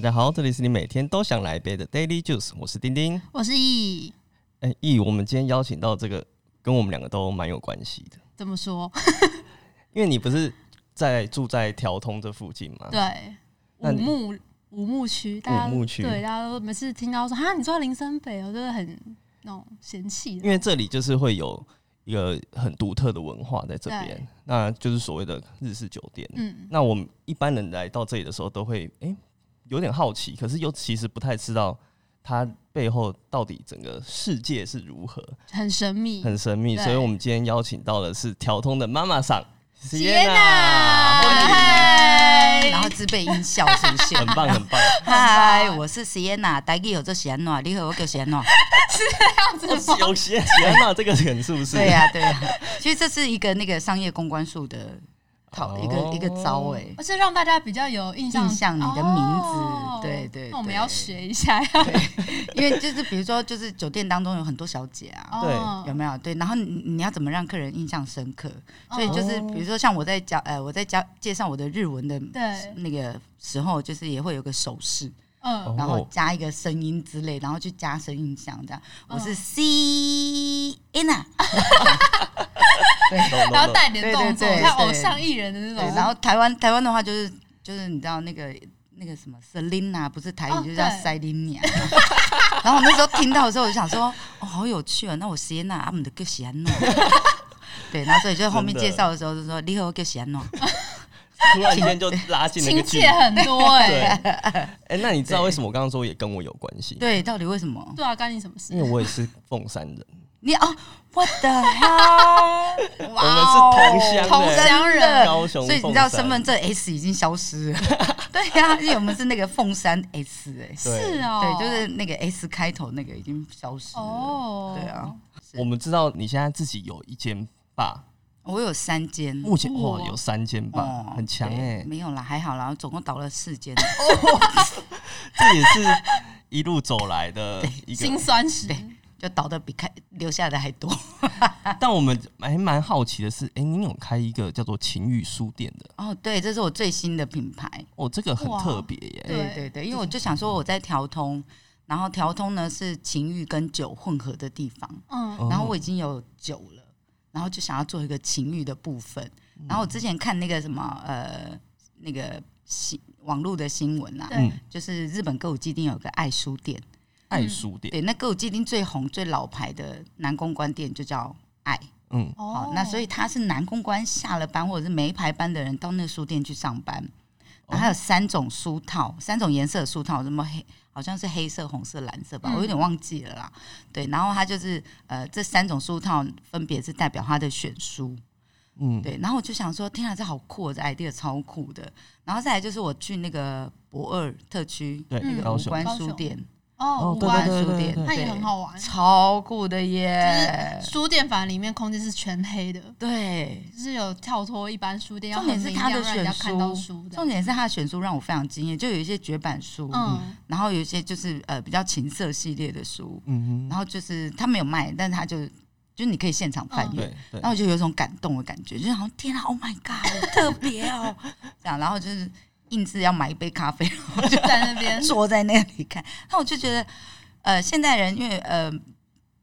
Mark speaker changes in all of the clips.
Speaker 1: 家好，这里是你每天都想来一杯的 Daily Juice，我是丁丁。
Speaker 2: 我是易，
Speaker 1: 哎、易，我们今天邀请到这个跟我们两个都蛮有关系的，
Speaker 2: 怎么说？
Speaker 1: 因为你不是在住在条通这附近吗？
Speaker 2: 对，啊
Speaker 1: 那
Speaker 2: 五
Speaker 1: 你
Speaker 2: 木五木区，大家
Speaker 1: 五木区
Speaker 2: 对大家都每次听到说哈，你住在林森北，哦我就是很那种嫌弃
Speaker 1: 因为这里就是会有一个很独特的文化在这边
Speaker 2: 对，
Speaker 1: 那就是所谓的日式酒店。
Speaker 2: 嗯，
Speaker 1: 那我们一般人来到这里的时候，都会哎、有点好奇，可是又其实不太知道它背后到底整个世界是如何，
Speaker 2: 很神秘。
Speaker 1: 很神秘。
Speaker 2: 对
Speaker 1: 所以我们今天邀请到的是调通的妈妈桑 Sienna，
Speaker 2: 嗨，
Speaker 3: 然后自备音效出现。
Speaker 1: 很棒很棒。
Speaker 3: 嗨，我是 Sienna，台语有做喜安暖，你好，我叫喜安 暖。
Speaker 1: 哦有些 Sienna 这个人是不是？
Speaker 3: 对
Speaker 2: 啊
Speaker 3: 呀、对呀、
Speaker 1: 啊
Speaker 3: 其实这是一个那个商业公关术的讨、一
Speaker 1: 哦
Speaker 3: 个一个招哎、
Speaker 2: 而且让大家比较有印象，
Speaker 3: 印象你的名字
Speaker 2: 哦
Speaker 3: 对对
Speaker 2: 那我们
Speaker 3: 对
Speaker 2: 要学一下。
Speaker 3: 因为就是比如说，就是酒店当中有很多小姐啊。
Speaker 1: 对
Speaker 2: 哦
Speaker 3: 有没有对？然后你你要怎么让客人印象深刻？
Speaker 2: 哦
Speaker 3: 所以就是比如说像我在讲呃我在讲介绍我的日文的
Speaker 2: 对，
Speaker 3: 那个时候，就是也会有个手势，
Speaker 1: 哦
Speaker 2: 嗯，
Speaker 3: 然后加一个声音之类，然后去加深印象这样。我
Speaker 2: 嗯
Speaker 3: 是 C Anna，
Speaker 1: 懂懂
Speaker 2: 然后
Speaker 1: 懂
Speaker 2: 带点动作，
Speaker 3: 对对对
Speaker 2: 像
Speaker 3: 对
Speaker 2: 偶像艺人的那
Speaker 3: 对
Speaker 2: 种，，
Speaker 3: 然后台湾台湾的话就是就是你知道那个那个什么 Selina 不是台语、
Speaker 2: 哦
Speaker 3: 就是叫
Speaker 2: 对
Speaker 3: Selina，然后我那时候听到的时候我就想说哦好有趣啊，那我 s i e n a 阿姆的叫喜安诺， 对，然后所以就后面
Speaker 1: 真的
Speaker 3: 介绍的时候就说你好，我叫喜安诺，
Speaker 1: 突然间就拉近了一
Speaker 2: 亲
Speaker 1: 个距离
Speaker 2: 切。很多
Speaker 1: 对，
Speaker 2: 哎。
Speaker 1: 哎、那你知道为什么我刚刚说也跟我有关系？
Speaker 3: 对，到底为什么？
Speaker 2: 对啊，干你什么事
Speaker 1: 因？为我也是凤山人，
Speaker 3: 你哦，What the hell？哦
Speaker 1: 我们是同乡的
Speaker 2: 同乡人
Speaker 1: 高雄
Speaker 3: 所以你
Speaker 1: 凤
Speaker 3: 知道
Speaker 1: 山
Speaker 3: 身份证 S 已经消失了，对呀、因为我们是那个凤山 S 哎、
Speaker 1: 对
Speaker 2: 是哦，
Speaker 3: 对，就是那个 S 开头那个已经消失了。
Speaker 2: 哦，
Speaker 3: 对啊，
Speaker 1: 我们知道你现在自己有一间吧，
Speaker 3: 我有三间，
Speaker 1: 目前哇
Speaker 2: 哇
Speaker 1: 有三间吧，
Speaker 2: 哦
Speaker 1: 很强
Speaker 3: 对
Speaker 1: 哎、
Speaker 3: 没有啦，还好啦，总共倒了四 间。
Speaker 1: 这也是一路走来的一
Speaker 2: 心
Speaker 1: 个。
Speaker 2: 酸史。
Speaker 3: 就倒的比开留下的还多，
Speaker 1: 但我们还蛮好奇的是，哎、您有开一个叫做情欲书店的，
Speaker 3: 哦，对，这是我最新的品牌，
Speaker 1: 哦，这个很
Speaker 2: 哇
Speaker 1: 特别耶、
Speaker 2: 对
Speaker 3: 对对对，因为我就想说我在调通，然后调通呢是情欲跟酒混合的地方，
Speaker 2: 嗯，
Speaker 1: 哦
Speaker 3: 然后我已经有酒了，然后就想要做一个情欲的部分。然后我之前看那个什么呃那个新网络的新闻啦、
Speaker 2: 对
Speaker 1: 嗯，
Speaker 3: 就是日本歌舞伎町有个爱书店，嗯
Speaker 1: 爱书店，
Speaker 3: 对，那歌舞伎町最红最老牌的男公关店就叫爱。
Speaker 1: 嗯，
Speaker 3: 好、
Speaker 2: 哦
Speaker 3: 那所以他是男公关下了班或者是没排班的人到那书店去上班，
Speaker 1: 哦
Speaker 3: 然后还有三种书套，三种颜色的书套，什么黑好像是黑色、红色、蓝色吧，
Speaker 2: 嗯
Speaker 3: 我有点忘记了啦。对，然后他就是呃这三种书套分别是代表他的选书，
Speaker 1: 嗯，
Speaker 3: 对，然后我就想说，天啊，这好酷哦，这 idea 超酷的。然后再来就是我去那个博尔特区
Speaker 1: 对，
Speaker 2: 嗯
Speaker 3: 那个
Speaker 1: 高
Speaker 3: 五
Speaker 1: 雄，
Speaker 3: 官
Speaker 2: 高
Speaker 3: 书
Speaker 2: 雄
Speaker 3: 店，
Speaker 2: 哦，
Speaker 1: 哦
Speaker 2: 五
Speaker 1: 对
Speaker 2: 官
Speaker 1: 对
Speaker 3: 书
Speaker 1: 对对
Speaker 3: 店
Speaker 1: 对
Speaker 2: 它也很好玩。
Speaker 3: 超酷的耶！
Speaker 2: 书店反而里面空间是全黑的，
Speaker 3: 对，
Speaker 2: 就是有跳脱一般书店，要
Speaker 3: 重点
Speaker 2: 很
Speaker 3: 是
Speaker 2: 明
Speaker 3: 他的
Speaker 2: 亮让人家
Speaker 3: 选
Speaker 2: 看到
Speaker 3: 书
Speaker 2: 书的。
Speaker 3: 重点是他的选书让我非常惊艳，就有一些绝版书，
Speaker 2: 嗯，
Speaker 3: 然后有一些就是呃比较情色系列的书，
Speaker 1: 嗯
Speaker 3: 然后就是他没有卖，但是他就就你可以现场翻
Speaker 1: 哼，
Speaker 3: 阅。
Speaker 1: 对对
Speaker 3: 然后，我就有一种感动的感觉，就是好像天啊，Oh my god，好特别哦，这样，然后就是硬是要买一杯咖啡，然后就
Speaker 2: 在那边
Speaker 3: 坐在那里看。 那我就觉得，呃，现代人因为呃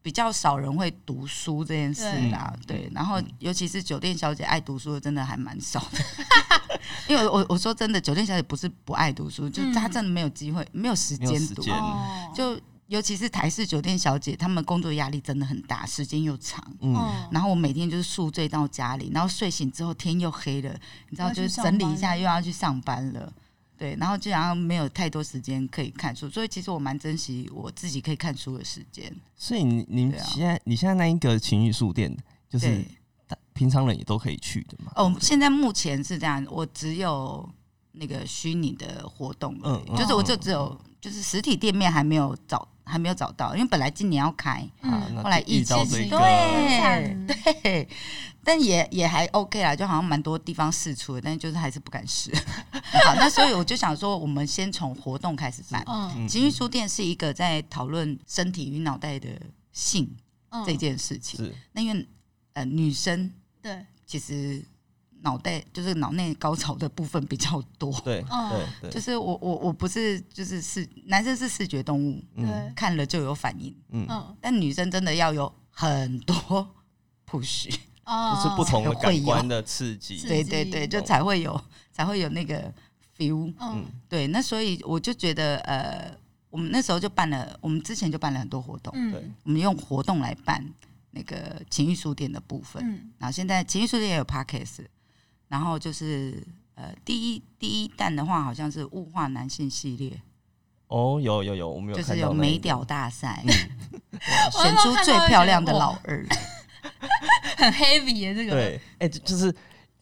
Speaker 3: 比较少人会读书这件事啦，
Speaker 1: 对
Speaker 3: 对，
Speaker 1: 嗯
Speaker 3: 然后尤其是酒店小姐爱读书的真的还蛮少 的。因为我我说真的，酒店小姐不是不爱读书，就是她
Speaker 2: 嗯
Speaker 3: 真的没有机会，没有时
Speaker 1: 没有
Speaker 3: 间
Speaker 1: 时
Speaker 3: 读。
Speaker 1: 间
Speaker 2: 哦，
Speaker 3: 就尤其是台式酒店小姐，她们工作压力真的很大，时间又长。
Speaker 1: 嗯，
Speaker 2: 嗯，
Speaker 3: 然后我每天就是宿醉到家里，然后睡醒之后天又黑了，你知道，
Speaker 2: 要去
Speaker 3: 就是
Speaker 2: 上
Speaker 3: 整理一
Speaker 2: 班
Speaker 3: 下
Speaker 2: 了
Speaker 3: 又要去上班了，对，然后就好像没有太多时间可以看书，所以其实我蛮珍惜我自己可以看书的时间，
Speaker 1: 所以您您
Speaker 3: 对啊
Speaker 1: 现在你现在那一个情欲书店，就是
Speaker 3: 对。
Speaker 1: 平常人也都可以去的嘛。
Speaker 3: 哦，现在目前是这样，我只有那个虚拟的活动而已
Speaker 1: 嗯嗯
Speaker 3: 就是我就
Speaker 1: 嗯
Speaker 3: 只有就是实体店面还没有找还没有找到，因为本来今年要开，
Speaker 1: 啊
Speaker 2: 嗯，
Speaker 1: 那
Speaker 3: 后来
Speaker 1: 遇
Speaker 3: 疫
Speaker 1: 到这
Speaker 2: 对
Speaker 3: 情
Speaker 1: 个，
Speaker 2: 惨
Speaker 3: 对对，但也也还 OK 啦，就好像蛮多地方试出的，但就是还是不敢试。 好，那所以我就想说，我们先从活动开始办。
Speaker 2: 嗯
Speaker 1: 嗯
Speaker 3: 情欲书店是一个在讨论身体与脑袋的性
Speaker 2: 嗯，
Speaker 3: 这件事情。
Speaker 1: 是
Speaker 3: 那因为呃，女生
Speaker 2: 对
Speaker 3: 其实脑袋就是脑内高潮的部分比较多。
Speaker 1: 对
Speaker 2: 哦
Speaker 1: 对
Speaker 3: 嗯就
Speaker 1: 对，
Speaker 3: 是我我我不是就是视男生是视觉动物，
Speaker 2: 对，
Speaker 3: 看了就有反应，
Speaker 1: 嗯，
Speaker 2: 嗯
Speaker 3: 但女生真的要有很多 push，
Speaker 2: 哦，
Speaker 1: 就是不同的
Speaker 3: 嗯会
Speaker 1: 感
Speaker 3: 有
Speaker 1: 官的刺激
Speaker 2: 刺，
Speaker 3: 对对对，就才会有才会有那个 feel。
Speaker 2: 嗯
Speaker 3: 对，那所以我就觉得呃，我们那时候就办了，我们之前就办了很多活动，
Speaker 1: 对
Speaker 2: 嗯
Speaker 3: 我们用活动来办那个情欲书店的部分。
Speaker 2: 嗯
Speaker 3: 然后现在情绪书店也有 podcast，然后就是呃，第一第一弹的话好像是物化男性系列，
Speaker 1: 哦，有有有，我们有
Speaker 3: 就是
Speaker 1: 看
Speaker 3: 有
Speaker 1: 到那
Speaker 3: 美
Speaker 1: 一个嗯
Speaker 3: 屌大 赛，
Speaker 2: 我
Speaker 3: 选
Speaker 2: 那时
Speaker 3: 出
Speaker 2: 候看
Speaker 3: 最
Speaker 2: 到
Speaker 3: 漂
Speaker 2: 就
Speaker 3: 亮的
Speaker 2: 觉得
Speaker 3: 老
Speaker 2: 哇
Speaker 3: 二。
Speaker 2: 很 heavy 耶，这个
Speaker 1: 对，哎、就就是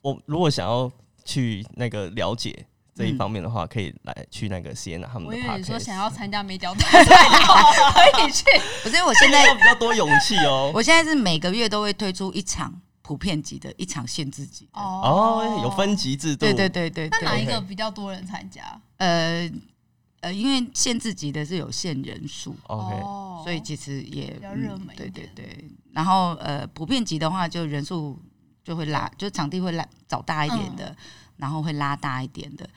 Speaker 1: 我如果想要去那个了解这一方面的话，可以来去那个 Sienna 他们
Speaker 2: 我
Speaker 1: 的
Speaker 2: 以
Speaker 1: p o
Speaker 2: 为
Speaker 1: d
Speaker 2: 你
Speaker 1: c a
Speaker 2: 说
Speaker 1: s
Speaker 2: 想要参加美屌大赛，可以去。
Speaker 3: 不是，我 现在
Speaker 1: 要比较多勇气哦。
Speaker 3: 我现在是每个月都会推出一场普遍级的，一场限制级的。
Speaker 1: 哦，有分。级制度，
Speaker 3: 对对对对
Speaker 2: 那哪
Speaker 3: 对，
Speaker 2: 一个比较多人参加
Speaker 3: 呃呃，因为限制级的是有限人数，
Speaker 1: ，OK，
Speaker 2: 哦
Speaker 3: 所以其实也嗯
Speaker 2: 比较热门一
Speaker 3: 对
Speaker 2: 点
Speaker 3: 对对，然后呃，普遍级的话，就人数就会拉，就场地会拉找大一点
Speaker 2: 嗯
Speaker 3: 的，然后会拉大一点的。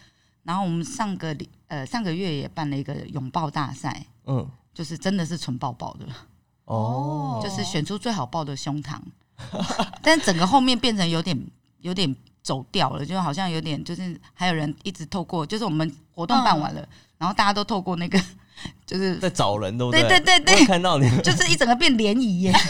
Speaker 3: 然后我们上个礼呃上个月也办了一个拥抱大赛，
Speaker 1: 嗯，
Speaker 3: 就是真的是纯抱抱的，
Speaker 1: 哦，
Speaker 3: 就是选出最好抱的胸膛。 但整个后面变成有点有点走掉了，就好像有点就是还有人一直透过，就是我们活动办
Speaker 1: 嗯
Speaker 3: 完了，然后大家都透过那个就是
Speaker 1: 在找人，对不
Speaker 3: 对
Speaker 1: 对
Speaker 3: 对对对
Speaker 1: 我有看到你，
Speaker 3: 就是一整个变联谊耶。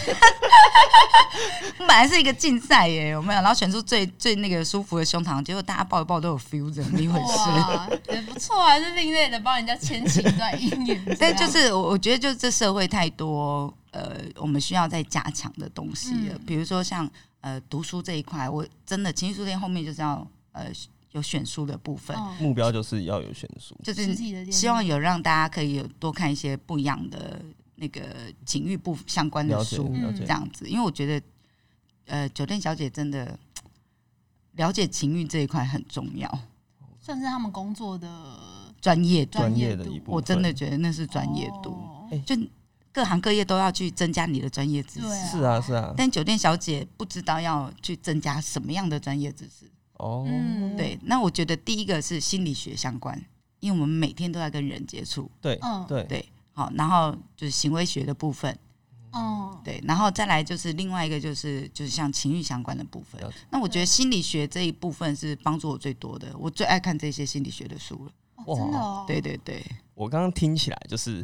Speaker 3: 本来是一个竞赛耶，有没有？然后选出最最那个舒服的胸膛，结果大家抱一抱都有 feel，怎么一回事？
Speaker 2: 哇，也不错啊，是另类的帮人家牵起一段姻缘。
Speaker 1: 啊
Speaker 3: 但就是我我觉得，就这社会太多呃，我们需要再加强的东西了。
Speaker 2: 嗯
Speaker 3: 比如说像呃读书这一块，我真的情绪书店后面就是要呃有选书的部分，
Speaker 2: 嗯
Speaker 1: 目标就是要有选书，
Speaker 3: 就是
Speaker 2: 实体的店
Speaker 3: 希望有让大家可以有多看一些不一样的那个情欲部相关的
Speaker 1: 了解嗯
Speaker 3: 书。嗯
Speaker 1: 了
Speaker 3: 这
Speaker 1: 解，
Speaker 3: 样子，因为我觉得，呃，酒店小姐真的了解情欲这一块很重要，
Speaker 2: 算是他们工作的
Speaker 3: 专业度，
Speaker 1: 专业
Speaker 2: 专业
Speaker 1: 的
Speaker 2: 度
Speaker 1: 一部分，
Speaker 3: 我真的觉得那是专业度，
Speaker 2: 度
Speaker 3: 就各行各业都要去增加你的专业知识。
Speaker 2: 对啊
Speaker 1: 是啊是啊，
Speaker 3: 但酒店小姐不知道要去增加什么样的专业知识。
Speaker 1: 哦，
Speaker 2: 嗯，
Speaker 3: 对，那我觉得第一个是心理学相关，因为我们每天都在跟人接触，
Speaker 1: 对
Speaker 2: 嗯
Speaker 1: 对，
Speaker 3: 对，好，然后就是行为学的部分，
Speaker 2: 嗯，
Speaker 3: 对，然后再来就是另外一个就是就是像情欲相关的部分
Speaker 1: 了解。
Speaker 3: 那我觉得心理学这一部分是帮助我最多的，我最爱看这些心理学的书了。
Speaker 2: 哦真的哦，
Speaker 3: 对对对，
Speaker 1: 我刚刚听起来就是，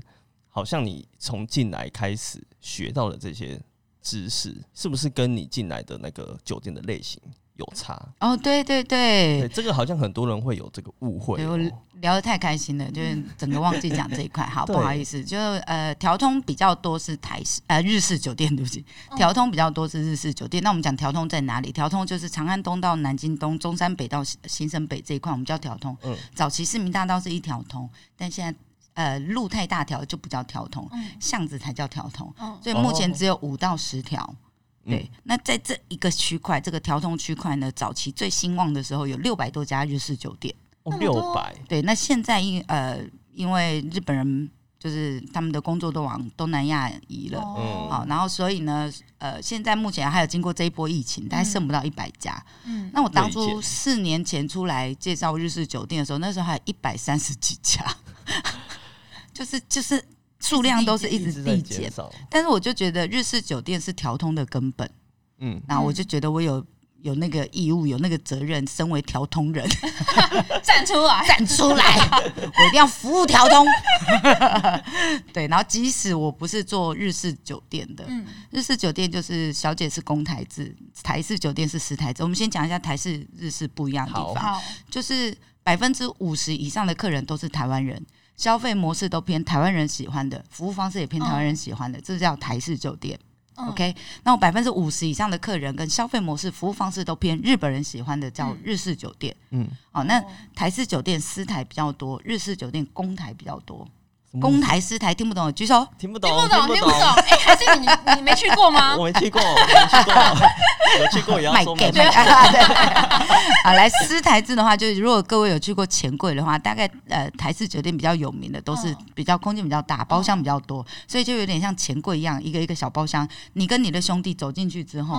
Speaker 1: 好像你从进来开始学到的这些知识，是不是跟你进来的那个酒店的类型有差？
Speaker 3: 哦对对
Speaker 1: 对，
Speaker 3: 对，
Speaker 1: 这个好像很多人会有这个误会
Speaker 3: 对
Speaker 1: 哦、
Speaker 3: 我聊得太开心了， 就是整个忘记讲这一块，好
Speaker 1: 对
Speaker 3: 不好意思，就呃调通比较多是台式呃日式酒店，对不起，
Speaker 1: 哦
Speaker 3: 调通比较多是日式酒店。那我们讲调通在哪里？调通就是长安东到南京东、中山北到新新生北这一块，我们叫调通。
Speaker 1: 嗯
Speaker 3: 早期市民大道是一条通，但现在呃路太大条就不叫调通，
Speaker 2: 嗯
Speaker 3: 巷子才叫调通。
Speaker 2: 嗯
Speaker 3: 所以目前
Speaker 1: 哦
Speaker 3: 只有五到十条。
Speaker 1: 嗯
Speaker 3: 对，那在这一个区块，这个调通区块呢，早期最兴旺的时候有六百多家日式酒店。
Speaker 1: 哦，
Speaker 2: 那么
Speaker 1: 六
Speaker 2: 多
Speaker 1: 百
Speaker 3: 对，那现在因呃，因为日本人就是他们的工作都往东南亚移
Speaker 2: 哦
Speaker 3: 了，
Speaker 1: 嗯
Speaker 3: 好，，然后所以呢，呃，现在目前还有经过这一波疫情，大概剩不到一百家。
Speaker 2: 嗯，
Speaker 3: 那我当
Speaker 1: 锐
Speaker 3: 初
Speaker 1: 减
Speaker 3: 四年前出来介绍日式酒店的时候，那时候还有一百三十几家， 就是就是数量都是一直
Speaker 1: 在
Speaker 3: 递
Speaker 1: 减
Speaker 3: 减。
Speaker 1: 少。
Speaker 3: 但是我就觉得日式酒店是调通的根本，
Speaker 1: 嗯，
Speaker 3: 那我就觉得我有有那个义务，有那个责任，身为调通人
Speaker 2: 站出来，
Speaker 3: 站出来，我一定要服务调通。 对，然后即使我不是做日式酒店的，
Speaker 2: 嗯
Speaker 3: 日式酒店就是小姐是公台制，台式酒店是实台制。我们先讲一下台式、日式不一样的地方，
Speaker 2: 好，
Speaker 3: 就是百分之五十以上的客人都是台湾人，消费模式都偏台湾人喜欢的，服务方式也偏台湾人喜欢的，这叫台式酒店。
Speaker 2: 嗯
Speaker 3: OK，那我百分之五十以上的客人跟消费模式、服务方式都偏日本人喜欢的，叫
Speaker 2: 嗯
Speaker 3: 日式酒店。
Speaker 1: 嗯，
Speaker 3: 哦，那台式酒店私台比较多，日式酒店公台比较多。
Speaker 1: 什么
Speaker 3: 公台私台听不懂的举手。
Speaker 1: 听不懂，
Speaker 2: 听不懂，听
Speaker 1: 听
Speaker 2: 不懂，哎，还是你你没去过吗
Speaker 1: 我？没 去过，我没去过，有去过也要
Speaker 3: 卖
Speaker 1: 说
Speaker 3: 给
Speaker 1: 没去
Speaker 3: 卖
Speaker 1: 过。
Speaker 3: 啊，对。好，来私台制的话，就是如果各位有去过钱柜的话，大概呃台式酒店比较有名的都是
Speaker 2: 嗯
Speaker 3: 比较空间比较大，包厢比较多，所以就有点像钱柜一样，一个一个小包厢。你跟你的兄弟走进去之后，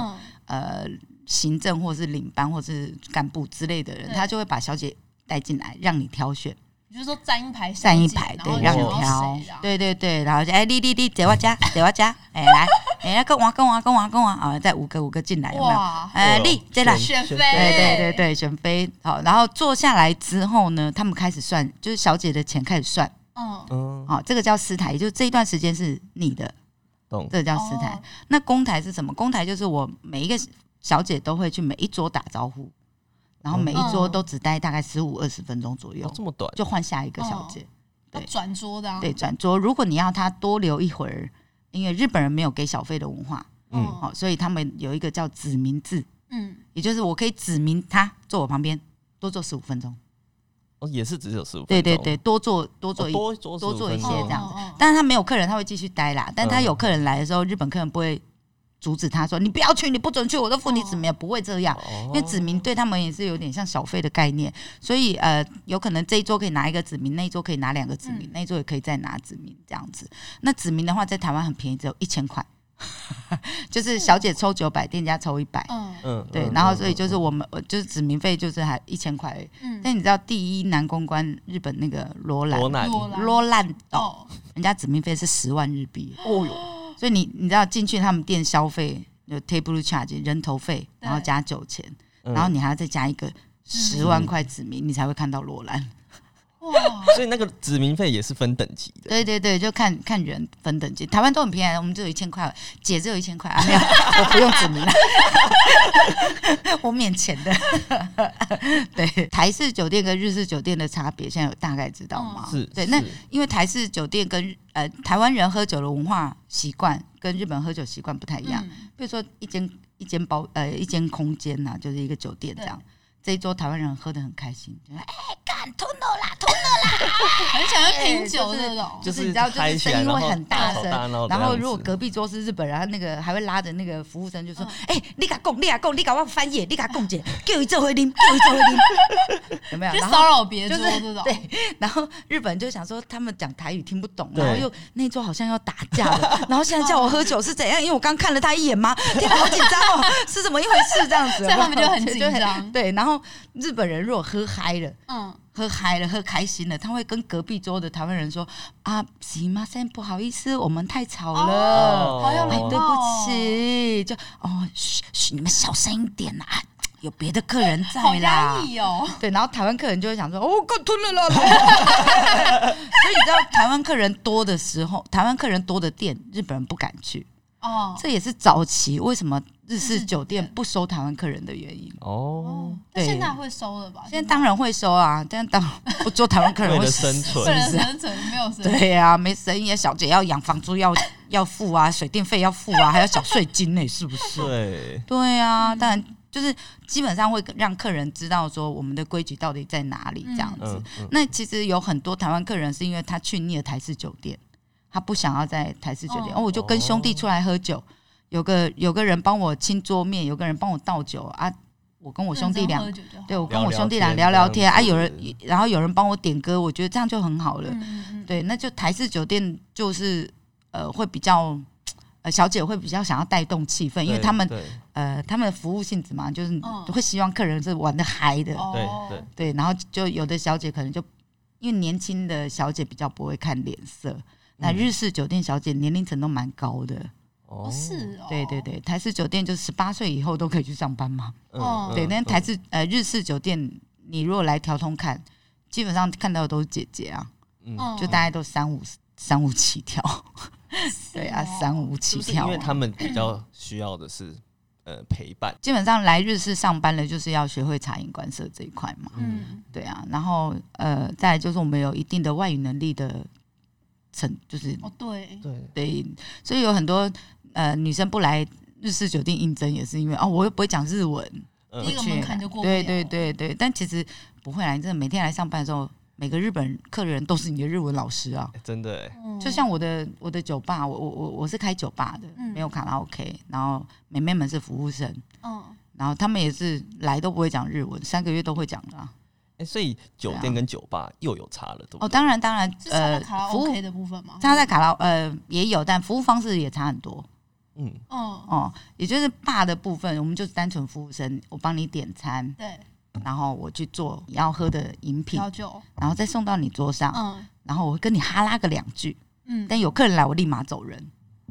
Speaker 2: 嗯
Speaker 3: 呃，行政或是领班或是干部之类的人，
Speaker 2: 对
Speaker 3: 他就会把小姐带进来，让你挑选，
Speaker 2: 你就是说站一排小
Speaker 3: 站一
Speaker 2: 姐
Speaker 3: 排，
Speaker 2: 然后
Speaker 3: 对，
Speaker 1: 你
Speaker 3: 让你
Speaker 1: 想要
Speaker 3: 挑
Speaker 2: 选到谁，
Speaker 3: 对对对，然后就哎，丽丽丽，姐 我家，姐我家，哎来，哎跟我跟我跟我跟我啊，再五个五个进来
Speaker 2: 这
Speaker 3: 有
Speaker 2: 样
Speaker 3: 没有？
Speaker 2: 哇，
Speaker 3: 哎，
Speaker 1: 哦
Speaker 3: 丽姐来，
Speaker 2: 选妃，
Speaker 3: 对对对对，选妃好，然后坐下来之后呢，他们开始算，就是小姐的钱开始算，哦
Speaker 2: 嗯，
Speaker 1: 嗯，
Speaker 3: 好、这个叫私台，也就是这一段时间是你的，
Speaker 1: 懂，
Speaker 3: 这个叫私台。
Speaker 2: 哦
Speaker 3: 那公台是什么？公台就是我每一个小姐都会去每一桌打招呼，然后每一桌
Speaker 2: 嗯
Speaker 3: 都只待大概十五二十分钟左右
Speaker 1: 哦，这么短，
Speaker 3: 就换下一个
Speaker 2: 哦
Speaker 3: 小姐。
Speaker 2: 要转桌的啊，
Speaker 3: 对，转桌。如果你要她多留一会儿，因为日本人没有给小费的文化，
Speaker 1: 嗯，
Speaker 3: 哦，所以他们有一个叫指名制，
Speaker 2: 嗯，
Speaker 3: 也就是我可以指明她坐我旁边，多坐十五分钟。
Speaker 1: 哦，也是只有十五，
Speaker 3: 对对对，，多坐多坐
Speaker 1: 哦
Speaker 3: 一
Speaker 1: 多多
Speaker 3: 多做一
Speaker 1: 15
Speaker 3: 些
Speaker 1: 分
Speaker 3: 这
Speaker 1: 钟
Speaker 3: 样子
Speaker 2: 子，哦
Speaker 3: 但是他没有客人，他会继续待啦。但他
Speaker 1: 嗯
Speaker 3: 有客人来的时候，日本客人不会阻止他说：“你不要去，你不准去，我都付你指名。”不会这样，
Speaker 1: 哦
Speaker 3: 因为指名对他们也是有点像小费的概念，所以呃，有可能这一桌可以拿一个指名，那一桌可以拿两个指名
Speaker 2: 嗯，
Speaker 3: 那一桌也可以再拿指名这样子。那指名的话，在台湾很便宜，只有一千块， 就是小姐抽九百，店家抽一百。
Speaker 2: 嗯嗯
Speaker 1: 嗯，
Speaker 3: 对
Speaker 1: 嗯，
Speaker 3: 然后所以就是
Speaker 1: 嗯
Speaker 3: 我们，我呃就是指名费就是还一千块而已。
Speaker 2: 嗯，
Speaker 3: 但你知道第一男公关日本那个罗兰
Speaker 1: 罗，南，
Speaker 2: 罗兰
Speaker 3: 罗兰岛，
Speaker 2: 哦，
Speaker 3: 人家指名费是十万日币，哦哟，所以你你知道进去他们店消费有 table charge 人头费，
Speaker 2: 对
Speaker 3: 然后加酒钱，
Speaker 1: 嗯
Speaker 3: 然后你还要再加一个
Speaker 2: 指
Speaker 3: 十
Speaker 2: 名
Speaker 3: 万块指名，你才会看到罗兰。哦
Speaker 2: 哇，
Speaker 1: 所以那个指名费也是分等级的，
Speaker 3: 对对对，就看看人分等级，台湾都很便宜，我们只有一千块，姐只有一千 块啊，没有，我不用指名啊了， 我免钱的。 对，台式酒店跟日式酒店的差别，现在有大概知道吗？
Speaker 1: 是，
Speaker 3: 哦对，那
Speaker 1: 是
Speaker 3: 因为台式酒店跟日呃台湾人喝酒的文化习惯跟日本喝酒习惯不太一样。
Speaker 2: 嗯
Speaker 3: 比如说一间一间包呃一间空间呐、就是一个酒店这样。这一桌台湾人喝得很开心，就哎干吞了啦，吞了，
Speaker 2: 很想要品酒这种，
Speaker 3: 就是
Speaker 1: 是
Speaker 3: 你知道就是
Speaker 1: 嗨起来
Speaker 3: 声音会
Speaker 1: 然后
Speaker 3: 很大声
Speaker 1: 吵闹的
Speaker 3: 然后
Speaker 1: 样
Speaker 3: 如果
Speaker 1: 子
Speaker 3: 隔壁桌是日本人，他那个还会拉着那个服务生就说
Speaker 2: 嗯：“
Speaker 3: 哎、你敢供，你敢供，你敢我翻页，你敢供姐，给我这回拎，给我这回拎，有没有？”
Speaker 2: 就
Speaker 3: 然后
Speaker 2: 骚扰别
Speaker 3: 就
Speaker 2: 桌
Speaker 3: 是
Speaker 2: 这种，
Speaker 3: 对，然后日本就想说他们讲台语听不懂，
Speaker 1: 对
Speaker 3: 然后又那桌好像要打架了， 然后现在叫我喝酒是怎样？因为我刚看了他一眼吗？天哪，好紧张哦，是怎么一回事？这样子，
Speaker 2: 所以他们就很紧
Speaker 3: 对。
Speaker 2: 张，
Speaker 3: 对，然后日本人如果喝嗨了。
Speaker 2: 嗯，
Speaker 3: 喝嗨了，喝开心了，他会跟隔壁桌的台湾人说：“啊，行吗？先不好意思，我们太吵了，
Speaker 1: 哦
Speaker 2: 好有
Speaker 3: 哎，
Speaker 2: 礼貌
Speaker 3: 对
Speaker 2: 哦
Speaker 3: 不起。”就哦，嘘嘘，你们小声一点啦、啊，有别的客人在
Speaker 2: 好
Speaker 3: 啦。
Speaker 2: 压抑哦，
Speaker 3: 对，然后台湾客人就会想说：“哦，够吞了 啦！”所以你知道，台湾客人多的时候，台湾客人多的店，日本人不敢去。
Speaker 2: 哦，嗯
Speaker 3: 这也是早期为什么日
Speaker 2: 日
Speaker 3: 式
Speaker 2: 式
Speaker 3: 酒店
Speaker 2: 酒店
Speaker 3: 不收台湾客人的原因。
Speaker 1: 哦
Speaker 2: 哦，，但
Speaker 3: 对
Speaker 2: 现在会收了吧？
Speaker 3: 现在当然会收啊，但当然不做台湾客人
Speaker 1: 为
Speaker 3: 会
Speaker 1: 了
Speaker 3: 死
Speaker 1: 生
Speaker 2: 个
Speaker 1: 存，
Speaker 2: 人生存没有生存，
Speaker 3: 对啊，没生意啊，小姐要养房租要要付啊，水电费要付啊，还有缴税金呢、是不是？
Speaker 1: 对，
Speaker 3: 对啊，当然就是基本上会让客人知道说我们的规矩到底在哪里这样子。
Speaker 1: 嗯嗯，
Speaker 3: 那其实有很多台湾客人是因为他去腻了台式酒店，他不想要在台式酒店。
Speaker 2: 哦
Speaker 3: 哦，我就跟兄弟出来喝酒，有个有个人帮我清桌面，有个人帮我倒酒啊，我跟我兄弟俩
Speaker 2: 认真喝。酒就好，
Speaker 3: 对，我跟
Speaker 1: 聊
Speaker 3: 我
Speaker 1: 聊
Speaker 3: 兄弟
Speaker 1: 天
Speaker 3: 俩聊聊
Speaker 1: 这
Speaker 3: 天
Speaker 1: 样
Speaker 3: 啊，有人
Speaker 1: 子
Speaker 3: 然后有人帮我点歌，我觉得这样就很好了。
Speaker 2: 嗯嗯嗯，
Speaker 3: 对，那就台式酒店就是呃会比较呃小姐会比较想要带动气氛，因为
Speaker 1: 对
Speaker 3: 他们
Speaker 1: 对
Speaker 3: 呃他们的服务性质嘛，就是
Speaker 2: 嗯
Speaker 3: 会希望客人是玩的嗨的，
Speaker 2: 哦
Speaker 1: 对对，
Speaker 3: 对，然后就有的小姐可能就因为年轻的小姐比较不会看脸色。那
Speaker 1: 嗯
Speaker 3: 日式酒店小姐年龄层都蛮高的，
Speaker 1: 哦
Speaker 2: 哦是哦，
Speaker 3: 对对，对，台式酒店就十八岁以后都可以去上班嘛。
Speaker 1: 嗯
Speaker 3: 哦
Speaker 1: 嗯
Speaker 3: 对，但
Speaker 1: 嗯
Speaker 3: 台式呃日式酒店，你如果来调通看，基本上看到的都是姐姐啊，
Speaker 1: 嗯
Speaker 2: 嗯
Speaker 3: 就大概都三五三五起跳。对啊，
Speaker 2: 是哦
Speaker 3: 三五
Speaker 1: 是
Speaker 3: 起
Speaker 1: 不是
Speaker 3: 跳
Speaker 1: 因
Speaker 3: 啊、
Speaker 1: 为他们比 较需要的是呃陪伴，
Speaker 3: 基本上来日式上班了，就是要学会察言观色这一块嘛。
Speaker 2: 嗯，
Speaker 3: 对啊，然后呃，再来就是我们有一定的外语能力的程，
Speaker 1: 嗯
Speaker 3: 就是
Speaker 2: 哦对，
Speaker 1: 对，
Speaker 3: 对，所以有很多呃女生不来日式酒店应征，也是因为哦，我又不会讲日文，
Speaker 1: 嗯
Speaker 2: 第一个门槛就过不了
Speaker 3: 对对对对，但其实不会啦，你真的每天来上班的时候，每个日本客人都是你的日文老师啊。
Speaker 1: 欸真的欸
Speaker 2: 嗯
Speaker 3: 就像我的我的酒吧，我我我我是开酒吧的，
Speaker 2: 嗯
Speaker 3: 没有卡拉 OK，然后妹妹们是服务生，
Speaker 2: 嗯
Speaker 3: 然后他们也是来都不会讲日文，三个月都会讲的啊、
Speaker 1: 欸所以酒
Speaker 3: 对
Speaker 1: 店
Speaker 3: 啊
Speaker 1: 跟酒吧又有差了，对不
Speaker 3: 哦，
Speaker 1: 对？
Speaker 3: 当然当然
Speaker 2: 是，差在
Speaker 3: 呃
Speaker 2: 卡拉，
Speaker 3: 服务
Speaker 2: OK 的部分吗？
Speaker 3: 他在卡拉呃也有，但服务方式也差很多。
Speaker 1: 嗯，
Speaker 2: 嗯，
Speaker 3: 哦，也就是爸的部分，我们就是单纯服务生，我帮你点餐，
Speaker 2: 对，
Speaker 3: 然后我去做你要喝的饮品，
Speaker 2: 调酒，
Speaker 3: 然后再送到你桌上，
Speaker 2: 嗯
Speaker 3: 然后我会跟你哈拉个两句，
Speaker 2: 嗯，
Speaker 3: 但有客人来我立马走人。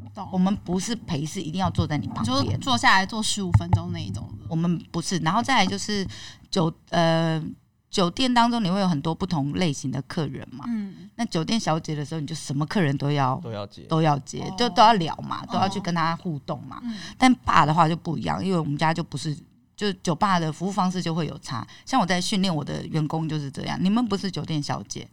Speaker 3: 我
Speaker 2: 懂。
Speaker 3: 们不是陪侍，一定要坐在你旁
Speaker 2: 就是
Speaker 3: 边，
Speaker 2: 坐下来坐十五分钟那一种的，
Speaker 3: 我们不是。然后再来就是酒呃酒店当中你会有很多不同类型的客人嘛，
Speaker 2: 嗯，
Speaker 3: 那酒店小姐的时候你就什么客人都要
Speaker 1: 都要接，
Speaker 3: 都要接
Speaker 2: 哦，
Speaker 3: 就都要聊嘛，都要去
Speaker 2: 哦
Speaker 3: 跟他互动嘛。
Speaker 2: 嗯
Speaker 3: 但爸的话就不一样，因为我们家就不是，就酒吧的服务方式就会有差。像我在训练我的员工就是这样，你们不是酒店小姐，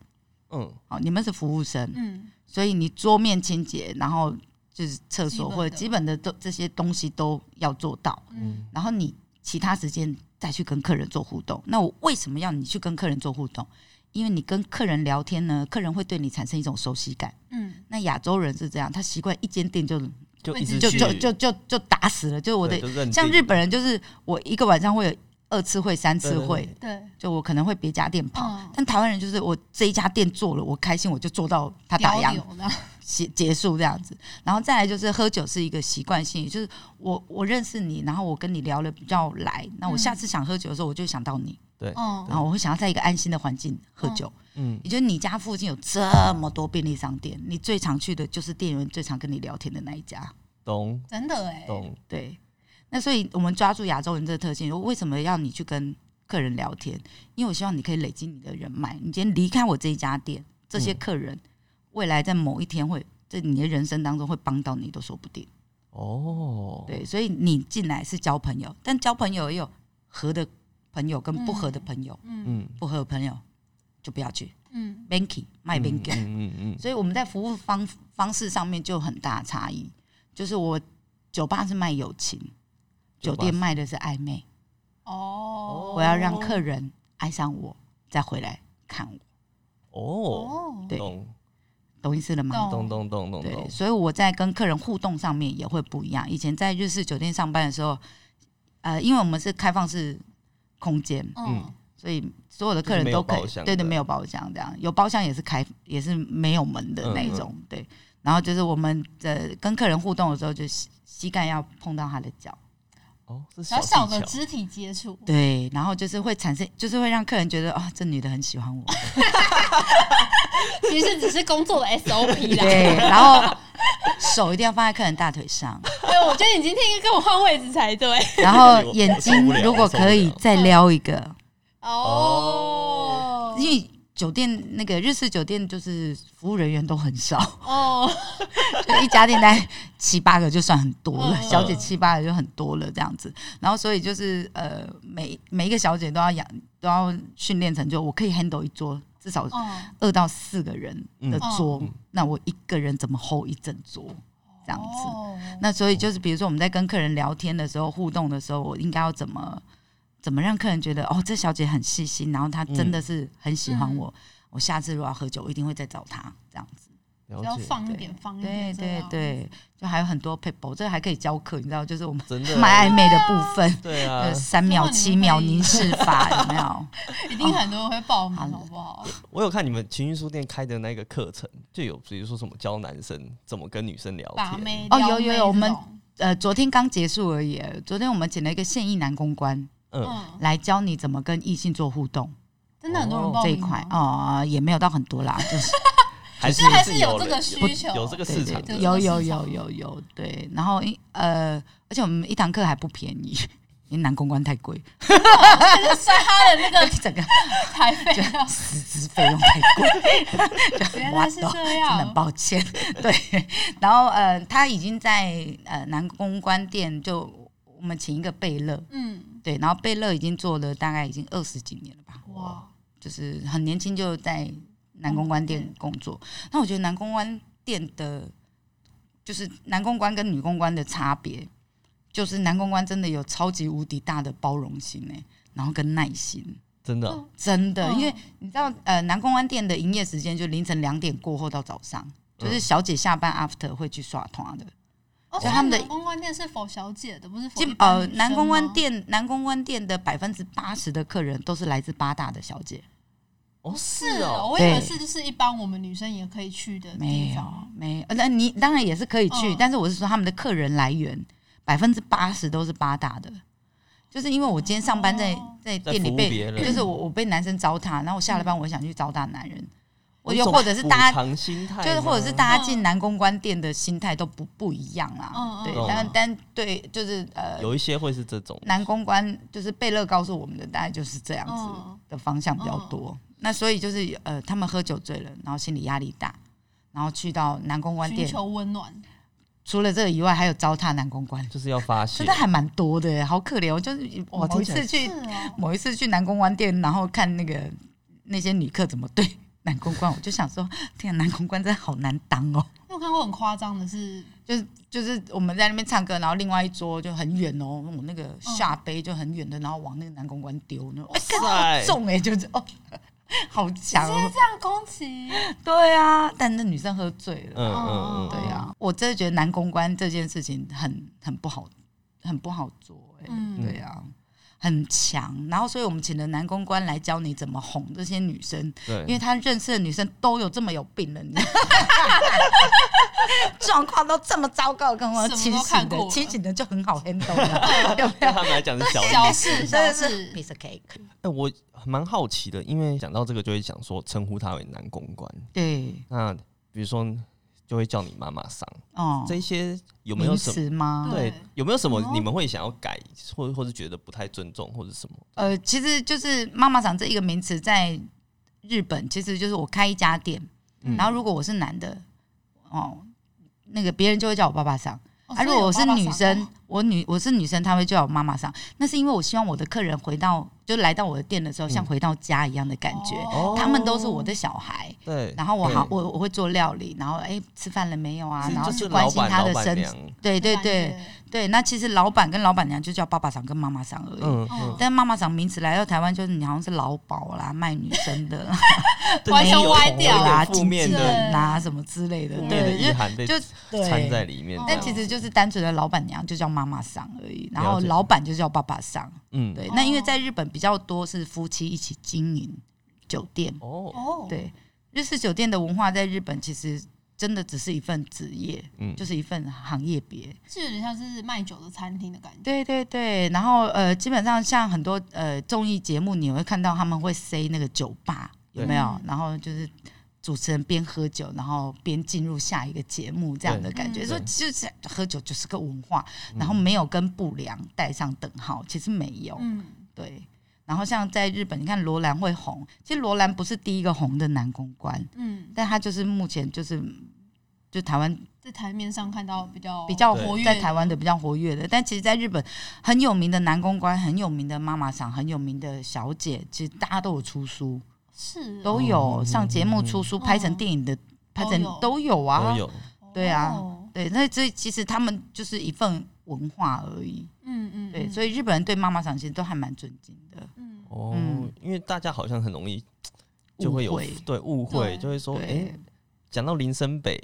Speaker 1: 嗯，
Speaker 3: 哦，你们是服务生，
Speaker 2: 嗯，
Speaker 3: 所以你桌面清洁，然后就是厕
Speaker 2: 基
Speaker 3: 所
Speaker 2: 本的
Speaker 3: 或者基本的都这些东西都要做到，
Speaker 2: 嗯，
Speaker 3: 然后你其他时间再去跟客人做互动。那我为什么要你去跟客人做互动？因为你跟客人聊天呢，客人会对你产生一种熟悉感。
Speaker 2: 嗯，
Speaker 3: 那亚洲人是这样，他习惯一间店就
Speaker 1: 就
Speaker 2: 会
Speaker 1: 一直
Speaker 3: 就
Speaker 1: 去
Speaker 3: 就就就就打死了，就是我的
Speaker 1: 对就认定
Speaker 3: 像日本人就是我一个晚上会有二次会、三次会，
Speaker 1: 对对对
Speaker 2: 对，
Speaker 3: 就我可能会别家店跑。
Speaker 2: 嗯，
Speaker 3: 但台湾人就是我这一家店做了，我开心我就做到他打
Speaker 2: 聊
Speaker 3: 烊
Speaker 2: 有的，
Speaker 3: 结结束这样子。然后再来就是喝酒是一个习惯性，就是我我认识你，然后我跟你聊了比较来，那我
Speaker 2: 嗯
Speaker 3: 下次想喝酒的时候我就想到你，然
Speaker 2: 嗯，
Speaker 3: 后我会想要在一个安心的环境喝酒。
Speaker 1: 嗯
Speaker 3: 也就是你家附近有这么多便利商店，你最常去的就是店员最常跟你聊天的那一家。
Speaker 1: 懂
Speaker 2: 真的哎，
Speaker 1: 懂，
Speaker 3: 对，那所以我们抓住亚洲人这个特性，我为什么要你去跟客人聊天？因为我希望你可以累积你的人脉。你今天离开我这一家店，这些
Speaker 1: 嗯
Speaker 3: 客人、未来在某一天会在你的人生当中会帮到你都说不定。
Speaker 1: 哦，
Speaker 3: 对，所以你进来是交朋友，但交朋友也有合的朋友跟不合的朋友，
Speaker 2: 嗯
Speaker 1: 嗯，
Speaker 3: 不合的朋友就不要去。
Speaker 2: 嗯
Speaker 3: Banky 卖 Banky，、
Speaker 1: 嗯嗯嗯嗯，
Speaker 3: 所以我们在服务方方式上面就有很大差异。就是我酒吧是卖友情，酒
Speaker 1: 酒吧
Speaker 3: 店
Speaker 1: 是
Speaker 3: 卖的是暧昧。
Speaker 2: 哦
Speaker 3: 我要让客人爱上我，再回来看我，
Speaker 1: 哦，
Speaker 2: 哦，
Speaker 3: 对
Speaker 1: 懂
Speaker 3: 懂意思了吗？
Speaker 1: 懂懂懂懂
Speaker 3: 对，
Speaker 1: 懂，
Speaker 3: 所以我在跟客人互动上面也会不一样。以前在日式酒店上班的时候，呃，因为我们是开放式空间，
Speaker 2: 嗯
Speaker 3: 所以所有的客人都可
Speaker 1: 就是没有包
Speaker 3: 以，
Speaker 1: 厢的
Speaker 3: 对对，没有包厢这样，有包厢也是开，也是没有门的那一种，对。然后就是我们的跟客人互动的时候，就膝膝盖要碰到他的脚，
Speaker 1: 哦，是
Speaker 2: 小
Speaker 1: 小
Speaker 2: 小
Speaker 1: 技
Speaker 2: 的
Speaker 1: 巧
Speaker 2: 肢体接触，
Speaker 3: 对，然后就是会产生，就是会让客人觉得啊、这女的很喜欢我，
Speaker 2: 其实只是工 作的 SOP 啦。
Speaker 3: 对，然后手一定要放在客人大腿上，
Speaker 2: 对，我觉得你今天应该跟我换位置才对。
Speaker 3: 然后眼睛如果可以再撩一个，
Speaker 2: 哦
Speaker 3: 因为酒店那个日式酒店就是服务人员都很少，
Speaker 2: 哦，
Speaker 3: 就一家店大概七八个就算很多了，
Speaker 2: 嗯
Speaker 3: 小姐七八个就很多了这样子。然后所以就是呃，每每一个小姐都要养，都要训练成就我可以 handle 一桌至少
Speaker 2: 哦，
Speaker 3: 二到四个人的桌，
Speaker 1: 嗯嗯
Speaker 3: 那我一个人怎么 hold 一整桌这样子？
Speaker 2: 子，
Speaker 3: 那所以就是，比如说我们在跟客人聊天的时候、互动的时候，我应该要怎么怎么让客人觉得哦，这小姐很细心，然后她真的是很喜
Speaker 2: 嗯
Speaker 3: 欢我。我下次如果要喝酒，我一定会再找她这样子。
Speaker 2: 要
Speaker 1: 了解，
Speaker 2: 放一点，放一
Speaker 3: 嗯对
Speaker 2: 点，
Speaker 3: 对，嗯对，就还有很多 people，这还可以教课，你知道，就是我们
Speaker 1: 真的
Speaker 3: 卖暧昧的部 分，
Speaker 1: 对啊
Speaker 3: 呃，，三秒、七秒凝视法有没 有？
Speaker 2: 一定很多人会报名，
Speaker 3: 好了
Speaker 2: 好不好？
Speaker 1: 我有看你们情绪书店开的那个课程，就有比如说什么教男生怎么跟女生聊
Speaker 2: 把
Speaker 1: 天，
Speaker 2: 妹
Speaker 3: 哦
Speaker 2: 撩
Speaker 3: 有有
Speaker 2: 妹
Speaker 3: 有
Speaker 2: 这
Speaker 3: 我们
Speaker 2: 种
Speaker 3: 呃，昨天刚结束而已，昨天我们请了一个现役男公关
Speaker 1: 嗯，
Speaker 2: 嗯，
Speaker 3: 来教你怎么跟异性做互动
Speaker 2: 真的很多人报
Speaker 3: 这
Speaker 2: 名
Speaker 3: 一块
Speaker 2: 吗，
Speaker 3: 哦、也没有到很多 啦，就是。
Speaker 1: 还是
Speaker 2: 这还是
Speaker 1: 是
Speaker 2: 有
Speaker 1: 人
Speaker 2: 这个需求，
Speaker 1: 有这个
Speaker 3: 对
Speaker 1: 市
Speaker 3: 对
Speaker 1: 场
Speaker 3: 对
Speaker 1: 的，
Speaker 2: 这
Speaker 3: 有
Speaker 2: 个
Speaker 3: 有
Speaker 2: 市
Speaker 3: 有
Speaker 2: 场
Speaker 3: 有有对，然后因呃，而且我们一堂课还不便宜，因为男公关太 贵，
Speaker 2: 但是算他的那个
Speaker 3: 整个
Speaker 2: 台费 啊，
Speaker 3: 辞职费用太贵，就很
Speaker 2: 原
Speaker 3: 挖
Speaker 2: 来是
Speaker 3: 到，真
Speaker 2: 这
Speaker 3: 的很
Speaker 2: 样，
Speaker 3: 抱歉。 对，然后呃，他已经在呃男公关店就我们请一个贝勒，
Speaker 2: 嗯，
Speaker 3: 对，然后贝勒已经做了大概已经二十几年了吧，
Speaker 2: 哇，
Speaker 3: 就是很年轻就在南公关店工作。那我觉得南公关店的，就是男公关跟女公关的差别，就是男公关真的有超级无敌大的包容心哎、然后跟耐心，
Speaker 1: 真的
Speaker 2: 嗯
Speaker 3: 真的，
Speaker 2: 嗯
Speaker 3: 因为你知道，呃，南公关店的营业时间就凌晨两点过后到早上，就是小姐下班 after 会去刷团的。
Speaker 2: 嗯哦，
Speaker 3: 就
Speaker 2: 所以
Speaker 3: 他们的
Speaker 2: 男公关店是否小姐的，不是否
Speaker 3: 基
Speaker 2: 一般
Speaker 3: 呃，
Speaker 2: 女
Speaker 3: 南
Speaker 2: 生
Speaker 3: 公关
Speaker 2: 吗
Speaker 3: 店南公关店的百分之八十的客人都是来自八大的小姐。
Speaker 1: 哦，是
Speaker 2: 哦，
Speaker 1: 哦，
Speaker 2: 我以为
Speaker 3: 对
Speaker 2: 是就是一般我们女生也可以去的
Speaker 3: 没
Speaker 2: 地
Speaker 3: 有
Speaker 2: 方。，
Speaker 3: 没有。呃那你当然也是可以去，
Speaker 2: 嗯
Speaker 3: 但是我是说他们的客人来源百分之八十都是八大的，就是因为我今天上班在、
Speaker 2: 哦
Speaker 3: 在
Speaker 1: 在
Speaker 3: 店里
Speaker 1: 服务别
Speaker 3: 被，
Speaker 1: 人
Speaker 3: 就是我我被男生糟蹋，然后我下了班我想去糟蹋男人，我
Speaker 1: 有
Speaker 3: 就
Speaker 1: 一种
Speaker 3: 或者是大
Speaker 1: 补
Speaker 3: 家。
Speaker 1: 偿心态吗，
Speaker 3: 就是，或者是大家进男公关店的心态都不不一样啦，
Speaker 2: 嗯嗯
Speaker 3: 对
Speaker 1: 嗯，
Speaker 3: 但但对，就是呃，
Speaker 1: 有一些会是这种，
Speaker 3: 男公关就是贝勒告诉我们的，大概就是这样子
Speaker 2: 嗯
Speaker 3: 的方向比较多。那所以就是呃，他们喝酒醉了，然后心理压力大，然后去到男公关
Speaker 2: 寻
Speaker 3: 店，
Speaker 2: 求温暖，
Speaker 3: 除了这个以外，还有糟蹋男公关，
Speaker 1: 就是要发泄
Speaker 3: 真的，还蛮多的耶，好可怜哦。就是
Speaker 1: 哇
Speaker 3: 我某一
Speaker 1: 听
Speaker 3: 次
Speaker 2: 是
Speaker 3: 去
Speaker 2: 哦，
Speaker 3: 某一次去男公关店，然后看那个那些女客怎么对男公关，我就想说，天、啊，男公关真的好难当哦。
Speaker 2: 因为我看过很夸张的是，
Speaker 3: 就是就是我们在那边唱歌，然后另外一桌就很远哦，我那个下杯就很远的，然后往那个男公关丢，那哎
Speaker 1: 塞
Speaker 3: 干好重哎、就是哦，好强哦，
Speaker 2: 这样攻击，
Speaker 3: 对啊，但那女生喝醉了，
Speaker 1: 嗯嗯嗯，
Speaker 3: 对啊，我真的觉得男公关这件事情很很不好，很不好做哎、
Speaker 2: 嗯
Speaker 3: 对啊。很强，然后所以我们请了男公关来教你怎么哄这些女生，
Speaker 1: 嗯对，
Speaker 3: 因为他认识的女生都有这么有病了，你状况都这么糟糕，跟
Speaker 2: 什么
Speaker 3: 我
Speaker 2: 都
Speaker 3: 清醒
Speaker 2: 看过
Speaker 3: 的
Speaker 2: 了
Speaker 3: 清醒的就很好 handle 了，有没
Speaker 1: 对
Speaker 3: 有？
Speaker 1: 他们来讲是小意
Speaker 2: 小
Speaker 1: 思。
Speaker 2: 事
Speaker 3: 真
Speaker 2: 小
Speaker 3: 的是
Speaker 2: 事，
Speaker 3: piece of cake。
Speaker 1: 哎，我蛮好奇的，因为讲到这个就会想说称呼他为男公关，
Speaker 3: 对，
Speaker 1: 那比如说就会叫你妈妈桑，
Speaker 3: 哦，
Speaker 1: 这些有
Speaker 3: 有
Speaker 1: 没有什么？
Speaker 3: 词吗？哦
Speaker 1: 对
Speaker 2: 对，
Speaker 1: 有没有什么
Speaker 2: 有
Speaker 1: 你们会想要改，或或是觉得不太尊重，或者什么？
Speaker 3: 呃，其实就是妈妈桑这一个名词，在日本其实就是我开一家店，
Speaker 1: 嗯
Speaker 3: 然后如果我是男的，哦，那个别人就会叫我爸爸桑。
Speaker 2: 哦
Speaker 3: 啊，如果我是女，
Speaker 2: 所以有
Speaker 3: 生
Speaker 2: 爸爸，
Speaker 3: 我女我是女生，她会叫我妈妈上。那是因为我希望我的客人回到就来到我的店的时候，
Speaker 1: 嗯
Speaker 3: 像回到家一样的感觉。
Speaker 1: 哦
Speaker 3: 他们都是我的小孩，
Speaker 1: 对，
Speaker 3: 然后我好
Speaker 1: 对
Speaker 3: 我我会做料理，然后哎、吃饭了没有啊，
Speaker 1: 是
Speaker 3: 然后
Speaker 1: 就
Speaker 3: 去
Speaker 1: 是
Speaker 3: 关
Speaker 1: 老
Speaker 3: 心
Speaker 1: 板
Speaker 3: 他的
Speaker 1: 老板
Speaker 3: 身
Speaker 1: 娘
Speaker 3: 体。，对对对，对，那其实老板跟老板娘就叫爸爸桑跟妈妈桑而已。
Speaker 1: 嗯
Speaker 2: 哦
Speaker 1: 嗯，
Speaker 3: 但妈妈桑名词来到台湾，就是你好像是劳保啦，卖女生的
Speaker 1: 对
Speaker 2: 完全
Speaker 1: 有
Speaker 2: 歪
Speaker 1: 有
Speaker 2: 掉
Speaker 1: 一
Speaker 3: 啦，
Speaker 1: 点负
Speaker 3: 经纪
Speaker 1: 面的
Speaker 3: 人啦什么之类的
Speaker 1: 负，面的
Speaker 3: 对，
Speaker 1: 意涵被
Speaker 3: 就就对
Speaker 1: 掺在里面这样。
Speaker 3: 但其实就是单纯的老板娘就叫妈妈桑而已，然后
Speaker 1: 了解
Speaker 3: 老板就叫爸爸桑。
Speaker 1: 嗯，
Speaker 3: 对，那因为
Speaker 2: 哦
Speaker 3: 在日本比较多是夫妻一起经营酒店，
Speaker 2: 就
Speaker 1: 哦，
Speaker 2: 哦，
Speaker 3: 对，日式酒店的文化在日本其实真的只是一份职业，
Speaker 1: 嗯
Speaker 3: 就是一份行业别。
Speaker 2: 是有点像是卖酒的餐厅的感觉，
Speaker 3: 对对对，然后呃，基本上像很多呃综艺节目，你会看到他们会塞那个酒吧，有没有
Speaker 2: 对？
Speaker 3: 然后就是。主持人边喝酒，然后边进入下一个节目，这样的感觉，
Speaker 2: 对
Speaker 3: 所以
Speaker 1: 嗯
Speaker 3: 就是喝酒就是个文化，
Speaker 1: 嗯
Speaker 3: 然后没有跟不良带上等号，其实没有。
Speaker 2: 嗯，
Speaker 3: 对，然后像在日本，你看罗兰会红，其实罗兰不是第一个红的男公关，
Speaker 2: 嗯，
Speaker 3: 但他就是目前就是就台湾
Speaker 2: 在台面上看到比较
Speaker 3: 比较
Speaker 1: 对
Speaker 2: 活跃，
Speaker 3: 在台湾的比较活跃的，但其实在日本很有名的男公关、很有名的妈妈桑、很有名的小姐，其实大家都有出书，
Speaker 2: 是
Speaker 1: 嗯
Speaker 3: 都有上节目出书，拍成电影的，拍成嗯都有啊，
Speaker 1: 都有
Speaker 3: 对啊
Speaker 2: 哦
Speaker 3: 对，那这其实他们就是一份文化而已，
Speaker 2: 嗯嗯，
Speaker 3: 对，所
Speaker 2: 以
Speaker 3: 以日本人对妈妈桑其实都还蛮尊敬的，
Speaker 2: 嗯，
Speaker 1: 哦
Speaker 3: 嗯，
Speaker 1: 因为大家好像很容易就会
Speaker 3: 误
Speaker 1: 有
Speaker 3: 会
Speaker 1: 对误会，
Speaker 2: 对
Speaker 1: 就会说
Speaker 3: 对
Speaker 1: 哎，讲到林森北，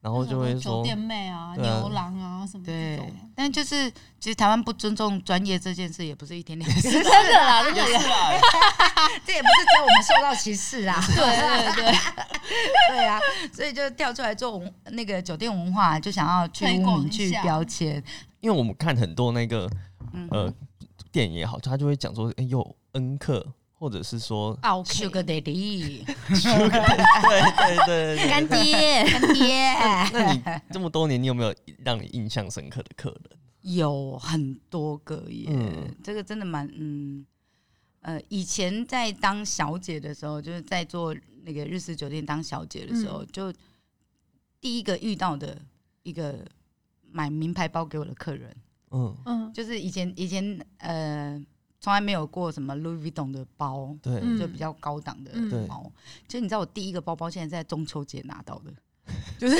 Speaker 1: 然后就会
Speaker 2: 酒
Speaker 1: 说
Speaker 2: 店妹啊、
Speaker 1: 对啊
Speaker 2: 牛郎啊什么这
Speaker 3: 对
Speaker 2: 种，，
Speaker 3: 但就是其实台湾不尊重专业这件事也不是一天两天，
Speaker 2: 真的啦，这个也
Speaker 3: 这也不是只有我们受到歧视 啊，
Speaker 2: 对对对，
Speaker 3: 对啊，所以就跳出来做文那个酒店文化，就想要去
Speaker 2: 推
Speaker 3: 污
Speaker 2: 广
Speaker 3: 名、
Speaker 2: 一
Speaker 3: 去
Speaker 2: 下
Speaker 3: 标签，
Speaker 1: 因为我们看很多那个
Speaker 3: 嗯
Speaker 1: 呃电影也好，他就会讲说，哎、有恩客，或者是说
Speaker 3: o k Sugar Daddy，
Speaker 1: Sugar- 对对对对
Speaker 3: 干爹，干爹，
Speaker 1: 那你这么多年，你有没有让你印象深刻的客人？
Speaker 3: 有很多个耶，
Speaker 1: 嗯
Speaker 3: 这个真的蛮嗯。呃，以前在当小姐的时候，就是在做那个日式酒店当小姐的时候，就第一个遇到的一个买名牌包给我的客人，
Speaker 1: 嗯，
Speaker 2: 嗯，
Speaker 3: 就是以前以前呃从来没有过什么 Louis Vuitton 的包，
Speaker 1: 对，
Speaker 2: 嗯
Speaker 3: 就比较高档的
Speaker 2: 嗯
Speaker 1: 对
Speaker 3: 包。就你知道我第一个包包现在在中秋节拿到的，就是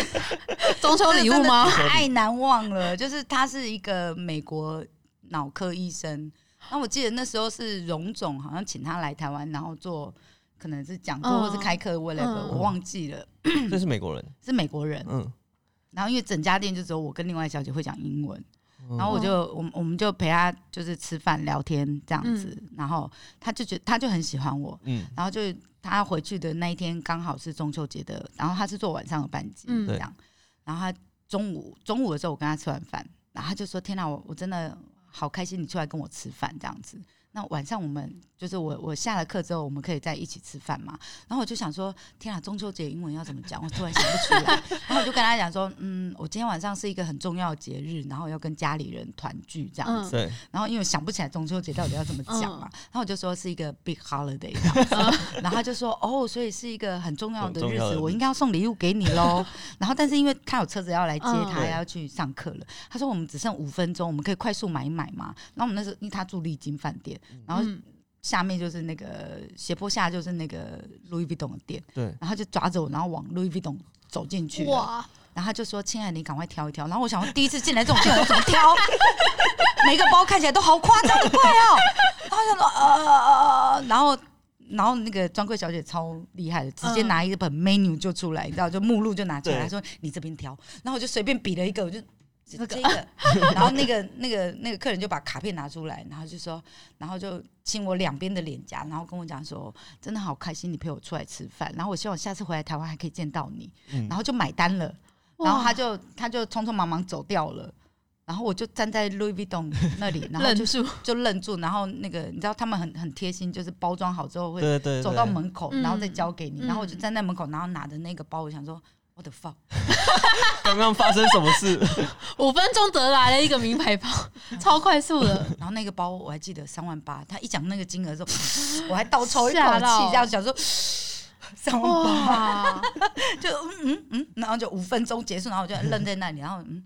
Speaker 2: 中秋礼物吗？
Speaker 3: 太难忘了。就是他是一个美国脑科医生，那我记得那时候是荣总好像请他来台湾，然后做可能是讲座
Speaker 2: 嗯
Speaker 3: 或是开课 w h a
Speaker 2: 嗯
Speaker 3: 我忘记了，
Speaker 1: 这是美国人，
Speaker 3: 是美国人。
Speaker 1: 嗯，
Speaker 3: 然后因为整家店就只有我跟另外一小姐会讲英文，
Speaker 1: 嗯
Speaker 3: 然后我就
Speaker 2: 哦
Speaker 3: 我们我们就陪他就是吃饭聊天这样子，
Speaker 2: 嗯
Speaker 3: 然后他就觉他就很喜欢我，
Speaker 1: 嗯，
Speaker 3: 然后就他回去的那一天刚好是中秋节的，然后他是做晚上的班级
Speaker 2: 嗯
Speaker 3: 这样，然后他中午中午的时候我跟他吃完饭，然后他就说：“天哪，我我真的好开心你出来跟我吃饭这样子。”那晚上我们就是我我下了课之后，我们可以在一起吃饭嘛？然后我就想说，天啊，中秋节英文要怎么讲？我突然想不出来。然后我就跟他讲说，嗯，我今天晚上是一个很重要的节日，然后要跟家里人团聚这样子。
Speaker 2: 嗯
Speaker 1: 对，
Speaker 3: 然后因为我想不起来中秋节到底要怎么讲嘛，然后我就说是一个 big holiday 这样子，然后他就说哦，所以是一个很重要的
Speaker 1: 很重
Speaker 3: 日
Speaker 1: 要的
Speaker 3: 子，
Speaker 1: 日
Speaker 3: 我应该要送礼物给你 喽。然后但是因为他有车子要来接
Speaker 2: 嗯
Speaker 3: 他，
Speaker 1: 对
Speaker 3: 要去上课了，他说我们只剩五分钟，我们可以快速买一买嘛。然后我们那时候因为他住丽晶饭店，然后
Speaker 2: 嗯
Speaker 3: 下面就是那个斜坡下就是那个 Louis Vuitton 的店，
Speaker 1: 对
Speaker 3: 然后他就抓着我，然后往 Louis Vuitton 走进去了，
Speaker 2: 哇，
Speaker 3: 然后他就说：“亲爱的，你赶快挑一挑。”然后我想，说，第一次进来这种店，我怎么挑？ 每个包看起来都好夸张的贵哦。然后我想说，呃，然后然后那个专柜小姐超厉害的，直接
Speaker 2: 嗯
Speaker 3: 拿一本 menu 就出来，你知道，就目录就拿出来，
Speaker 1: 对
Speaker 3: 她说：“你这边挑。”然后我就随便比了一个，我就。这个，然后那个那个那个客人就把卡片拿出来，然后就说，然后就亲我两边的脸颊，然后跟我讲说，真的好开心你陪我出来吃饭，然后我希望下次回来台湾还可以见到你，
Speaker 1: 嗯
Speaker 3: 然后就买单了。然后他就他就匆匆忙忙走掉了。然后我就站在 Louis Vuitton 那里，然后
Speaker 2: 愣
Speaker 3: 就
Speaker 2: 住，
Speaker 3: 就愣住，然后那个你知道他们很很贴心，就是包装好之后会
Speaker 1: 对对，
Speaker 3: 走到门口，
Speaker 2: 嗯
Speaker 3: 然后再交给你。
Speaker 2: 嗯
Speaker 3: 然后我就站在门口，然后拿着那个包，我想说我的 fuck，
Speaker 1: 刚刚发生什么 事？
Speaker 2: 五分钟得来了一个名 牌包，超快速的，
Speaker 3: 然后那个包我还记得三万八，他一讲那个金额之后，我还倒抽一口
Speaker 2: 吓
Speaker 3: 气，
Speaker 2: 到哦
Speaker 3: 这样想说三万八，
Speaker 2: 哇，
Speaker 3: 就嗯嗯嗯，然后就五分钟结束，然后我就愣在那里，然后嗯，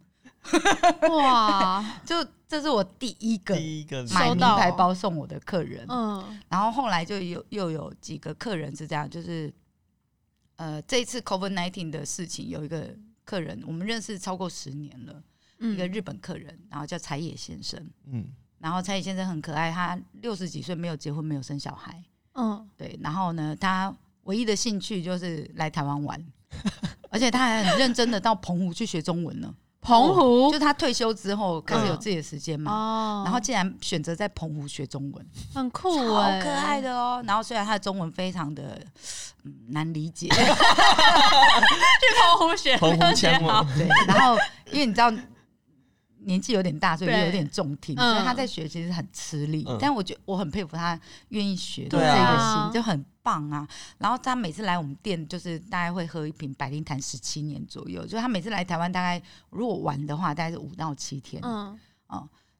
Speaker 2: 哇，
Speaker 3: 就这是我第一个
Speaker 1: 第一个是
Speaker 3: 买
Speaker 2: 收
Speaker 3: 名
Speaker 2: 到哦
Speaker 3: 牌包送我的客人，
Speaker 2: 嗯
Speaker 3: 然后后来就有又有几个客人是这样，就是呃，这一次 COVID nineteen 的事情，有一个客人我们认识超过十年了，一个
Speaker 2: 嗯，
Speaker 3: 日本客人，然后叫柴野先生，
Speaker 1: 嗯，
Speaker 3: 然后柴野先生很可爱，他六十几岁没有结婚，没有生小孩，
Speaker 2: 嗯，
Speaker 3: 对，然后呢，他唯一的兴趣就是来台湾玩，而且他还很认真的到澎湖去学中文呢，
Speaker 2: 澎湖
Speaker 3: 就他退休之后开始有自己的时间嘛。
Speaker 2: 嗯哦，
Speaker 3: 然后竟然选择在澎湖学中文，
Speaker 2: 很酷
Speaker 3: 好
Speaker 2: 哎，
Speaker 3: 可爱的哦。然后虽然他的中文非常的嗯难理解，
Speaker 2: 澎湖学
Speaker 1: 澎湖腔嘛，
Speaker 3: 对，然后因为你知道年纪有点大，所以
Speaker 2: 对
Speaker 3: 又有点重听，
Speaker 2: 嗯
Speaker 3: 所以他在学其实很吃力。
Speaker 1: 嗯
Speaker 3: 但我觉得我很佩服他愿意学的这
Speaker 1: 对
Speaker 3: 个心，
Speaker 2: 啊
Speaker 3: 就很棒啊。然后他每次来我们店，就是大概会喝一瓶百灵坛十七年左右，就他每次来台湾，大概如果玩的话，大概是五到七天。
Speaker 2: 嗯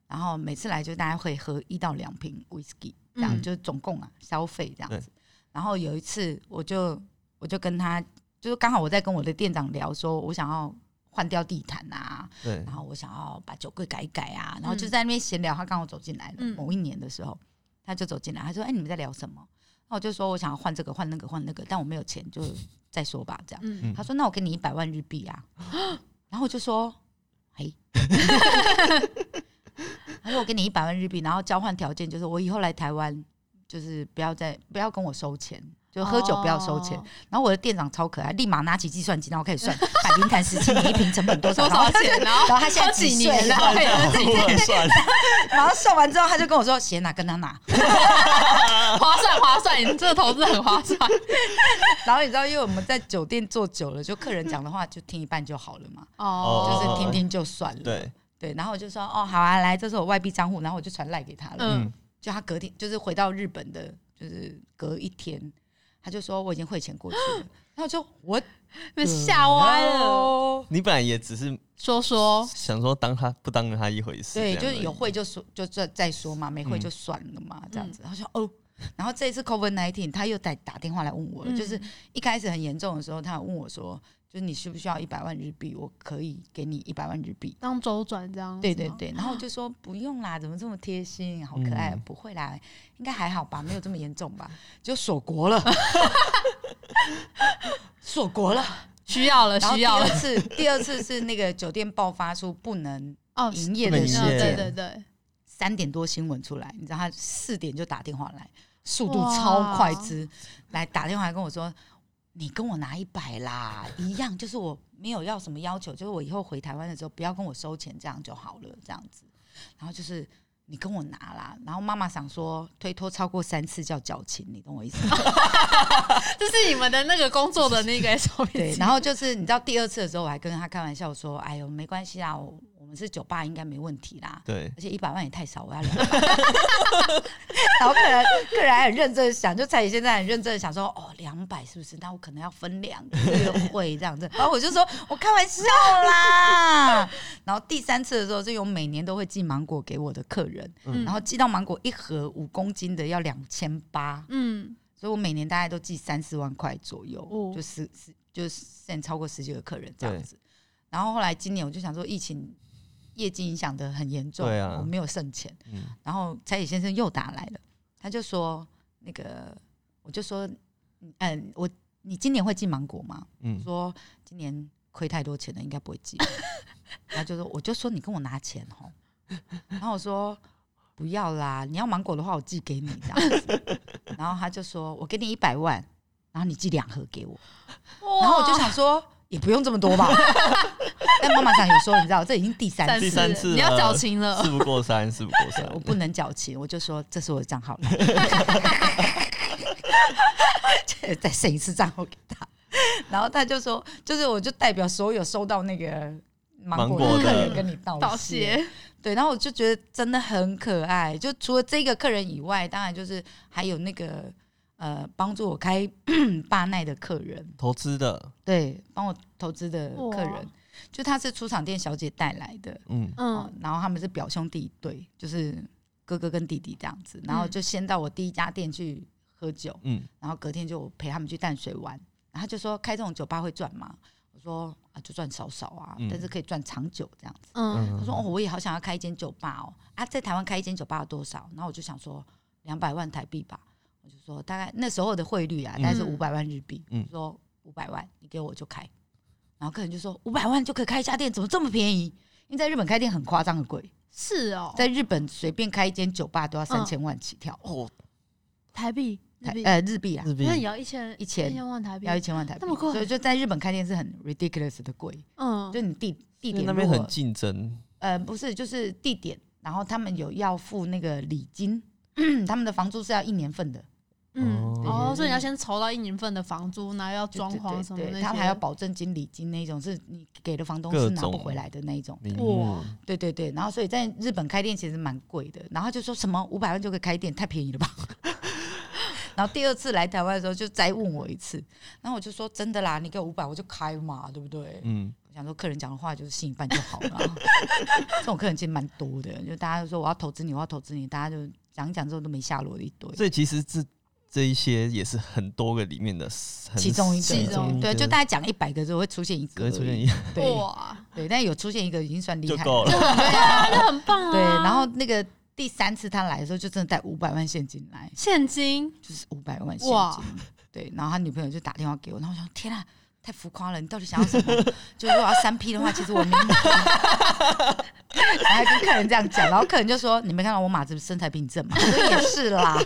Speaker 3: 然后每次来就大家会喝一到两瓶 whisky，这样、
Speaker 2: 嗯
Speaker 3: 就总共啊消费这样子。然后有一次我就我就跟他，就是刚好我在跟我的店长聊说，我想要换掉地毯啊，
Speaker 1: 对
Speaker 3: 然后我想要把酒柜改一改啊，然后
Speaker 2: 嗯
Speaker 3: 就在那边闲聊。他刚好走进来了，
Speaker 2: 嗯
Speaker 3: 某一年的时候他就走进来，他说：“哎、你们在聊什么？”那我就说我想要换这个换那个换那个，但我没有钱，就再说吧这样。
Speaker 2: 嗯，
Speaker 3: 他说：“那我给你一百万日币啊。”然后我就说：“哎。” 他说：“我给你一百万日币，然后交换条件就是我以后来台湾，就是不要再不要跟我收钱，就喝酒不要收钱。
Speaker 2: 哦
Speaker 3: 然后我的店长超可爱，立马拿起计算机，然后开始算百灵坛十七年一瓶成本多少，
Speaker 2: 多少钱？然后
Speaker 3: 然后他现在
Speaker 2: 好几
Speaker 3: 几
Speaker 2: 年
Speaker 3: 岁
Speaker 2: 了
Speaker 3: 然后
Speaker 2: 对
Speaker 1: 我很算，
Speaker 3: 然后算完之后，他就跟我说：‘写哪跟他哪。’
Speaker 2: 划算划算，你这个投资很划 算。
Speaker 3: 然后你知道，因为我们在酒店坐久了，就客人讲的话就听一半就好了嘛，
Speaker 2: 哦，
Speaker 3: 就是听听就算了。
Speaker 1: 对，
Speaker 3: 对，然后我就说哦，好啊，来，这是我外币账户，然后我就传赖给他了。
Speaker 2: 嗯
Speaker 1: 嗯，
Speaker 3: 就他隔天就是回到日本的，就是隔一天，他就说我已经汇钱过去了，然后我就我
Speaker 2: 被吓歪了。
Speaker 3: 哦，
Speaker 1: 你本来也只是
Speaker 2: 说说，
Speaker 1: 想说当他不当他一回事，
Speaker 3: 对，
Speaker 1: 这样
Speaker 3: 就是
Speaker 1: 而已嗯
Speaker 3: 有汇就说就再再说嘛，没汇就算了嘛，这样子。他说哦，然后这一次 COVID nineteen 他又打打电话来问我了，
Speaker 2: 嗯
Speaker 3: 就是一开始很严重的时候，他有问我说，就是你需不需要一百万日币？我可以给你一百万日币。
Speaker 2: 当周转这样。
Speaker 3: 对对，对，然后我就说不用啦，怎么这么贴心，好可爱，
Speaker 1: 嗯
Speaker 3: 不会啦，应该还好吧，没有这么严重吧，就锁国了，锁国了，
Speaker 2: 需要了
Speaker 3: 然后
Speaker 2: 需
Speaker 3: 第
Speaker 2: 要
Speaker 3: 二
Speaker 2: 了。
Speaker 3: 次，第二次是那个酒店爆发出不能
Speaker 2: 哦，
Speaker 3: 营业
Speaker 1: 不能
Speaker 3: 的
Speaker 1: 营
Speaker 3: 事
Speaker 1: 业
Speaker 2: 对
Speaker 3: 件，
Speaker 2: 对对，
Speaker 3: 三点多新闻出来，你知道他四点就打电话来，速度
Speaker 2: 哇
Speaker 3: 超快之来打电话来跟我说。你跟我拿一百啦，一样，就是我没有要什么要求，就是我以后回台湾的时候不要跟我收钱，这样就好了，这样子。然后就是你跟我拿啦，然后妈妈想说推脱超过三次叫矫情，你懂我意思吗？
Speaker 2: 这是你们的那个工作的那 个 SOP
Speaker 3: 对，然后就是你知道第二次的时候，我还跟他开玩笑说：“哎呦，没关系啦，我我们是酒吧，应该没问题啦。”
Speaker 1: 对，
Speaker 3: 而且一百万也太少，我要两百万。 然后客人客人还很认真地想，就蔡姐现在很认真地想说，哦，两百是不是？那我可能要分两个约会这样子。然后我就说我开玩笑啦。然后第三次的时候，就有每年都会寄芒果给我的客人，
Speaker 2: 嗯
Speaker 3: 然后寄到芒果一盒五公斤的要两千八，
Speaker 2: 嗯，
Speaker 3: 所以我每年大概都寄三四万块左右，
Speaker 2: 哦
Speaker 3: 就十十就是现超过十几个客人这
Speaker 1: 对
Speaker 3: 样子。然后后来今年我就想说，疫情业绩影响的很严重，
Speaker 1: 对啊
Speaker 3: 我没有剩钱。
Speaker 1: 嗯，
Speaker 3: 然后柴野先生又打来了，他就说那个，我就说，嗯、呃我你今年会寄芒果吗？
Speaker 1: 嗯，
Speaker 3: 说今年亏太多钱了，应该不会寄。他就说，我就说你跟我拿钱哦。然后我说不要啦，你要芒果的话，我寄给你这样子。然后他就说，我给你一百万，然后你寄两盒给我。
Speaker 2: 然
Speaker 3: 然后我就想说，也不用这么多吧。但妈妈想有时候你知道，这已经第三
Speaker 2: 三
Speaker 3: 次
Speaker 1: 第三次
Speaker 2: 你要
Speaker 1: 了
Speaker 2: 矫情了，
Speaker 1: 事不过三，事不过三
Speaker 3: 对， 我不能矫情，我就说这是我的账号来，就 再剩一次账号给他。然后他就说，就是我就代表所有收到那个芒
Speaker 1: 芒
Speaker 3: 果
Speaker 1: 果
Speaker 3: 的客
Speaker 1: 的
Speaker 3: 人跟你道
Speaker 2: 道
Speaker 3: 谢。
Speaker 2: 谢，
Speaker 3: 对，然后我就觉得真的很可爱。就除了这个客人以外，当然就是还有那个呃帮助我开 巴奈的客人，
Speaker 1: 投资的，
Speaker 3: 对，帮我投资的客
Speaker 2: 哇
Speaker 3: 人，就他是出厂店小姐带来的，
Speaker 1: 嗯，
Speaker 3: 哦，然后他们是表兄弟对，就是哥哥跟弟弟这样子，然后就先到我第一家店去喝酒，
Speaker 1: 嗯，
Speaker 3: 然后隔天就陪他们去淡水玩，然后他就说开这种酒吧会赚吗？我说啊，就赚少少啊，
Speaker 1: 嗯
Speaker 3: 但是可以赚长久这样子。
Speaker 2: 嗯，
Speaker 1: 嗯
Speaker 3: 他说哦，我也好想要开一间酒吧哦，啊，在台湾开一间酒吧要多少？然后我就想说两百万台币吧，我就说大概那时候的汇率啊，
Speaker 1: 嗯
Speaker 3: 大概是五百万日币，
Speaker 1: 嗯
Speaker 3: 我说五百万你给我就开，然后客人就说五百万就可以开一家店，怎么这么便宜？因为在日本开店很夸张的贵，
Speaker 2: 是哦，
Speaker 3: 在日本随便开一间酒吧都要三千万起跳，
Speaker 1: 哦，
Speaker 2: 台币，台
Speaker 3: 台
Speaker 2: 嗯币，
Speaker 3: 呃日币啊，
Speaker 1: 日币
Speaker 2: 那也要一千
Speaker 3: 一千
Speaker 2: 一千万台币嗯
Speaker 3: 要，一千万台币，
Speaker 2: 那么贵
Speaker 3: 所以就在日本开店是很 ridiculous 的贵，
Speaker 2: 嗯，
Speaker 3: 就你地地
Speaker 1: 因为
Speaker 3: 点
Speaker 1: 那边
Speaker 3: 如
Speaker 1: 很
Speaker 3: 果
Speaker 1: 竞争，
Speaker 3: 呃，不是，就是地点，然后他们有要付那个礼金，他们的房租是要一年份的，
Speaker 2: 嗯，
Speaker 1: 哦
Speaker 2: 哦，所以你要先筹到一年份的房租，然后要装潢什么
Speaker 3: 对
Speaker 2: 那
Speaker 3: 对
Speaker 2: 些，
Speaker 3: 对他们还要保证金、礼金那种，是你给的房东是拿不回来的那一种的。
Speaker 1: 名目，
Speaker 3: 对对对，然后所以在日本开店其实蛮贵的，然后他就说什么五百万就可以开店，太便宜了吧？ 然后第二次来台湾的时候就再问我一次，然后我就说真的啦，你给我五百我就开嘛，对不对？
Speaker 1: 嗯，
Speaker 3: 我想说客人讲的话就是信一半就好了 啊，这种客人其实蛮多的，就大家就说我要投资你，我要投资你，大家就讲一讲之后都没下落的一堆。
Speaker 1: 所以其实这这一些也是很多个里面的很
Speaker 3: 其中一
Speaker 2: 其中
Speaker 3: 个，对，就大概讲一百个之后会出现一
Speaker 1: 只
Speaker 3: 个而
Speaker 1: 会
Speaker 3: 已，
Speaker 1: 出现一
Speaker 3: 对
Speaker 2: 哇，
Speaker 3: 对，但有出现一个已经算厉
Speaker 1: 就
Speaker 3: 害
Speaker 1: 够了，
Speaker 2: 啊，那很棒啊，
Speaker 3: 对，然后那个第三次他来的时候，就真的带五百万现金来，
Speaker 2: 现金，
Speaker 3: 就是五百万现
Speaker 2: 哇
Speaker 3: 金。对，然后他女朋友就打电话给我，然后我想天啊，太浮夸了，你到底想要什么？ 就如果要三 P 的话，其实我没有。 然后跟客人这样讲，然后客人就说：“你没看到我马子身材比你正吗？” 我说：“也是啦，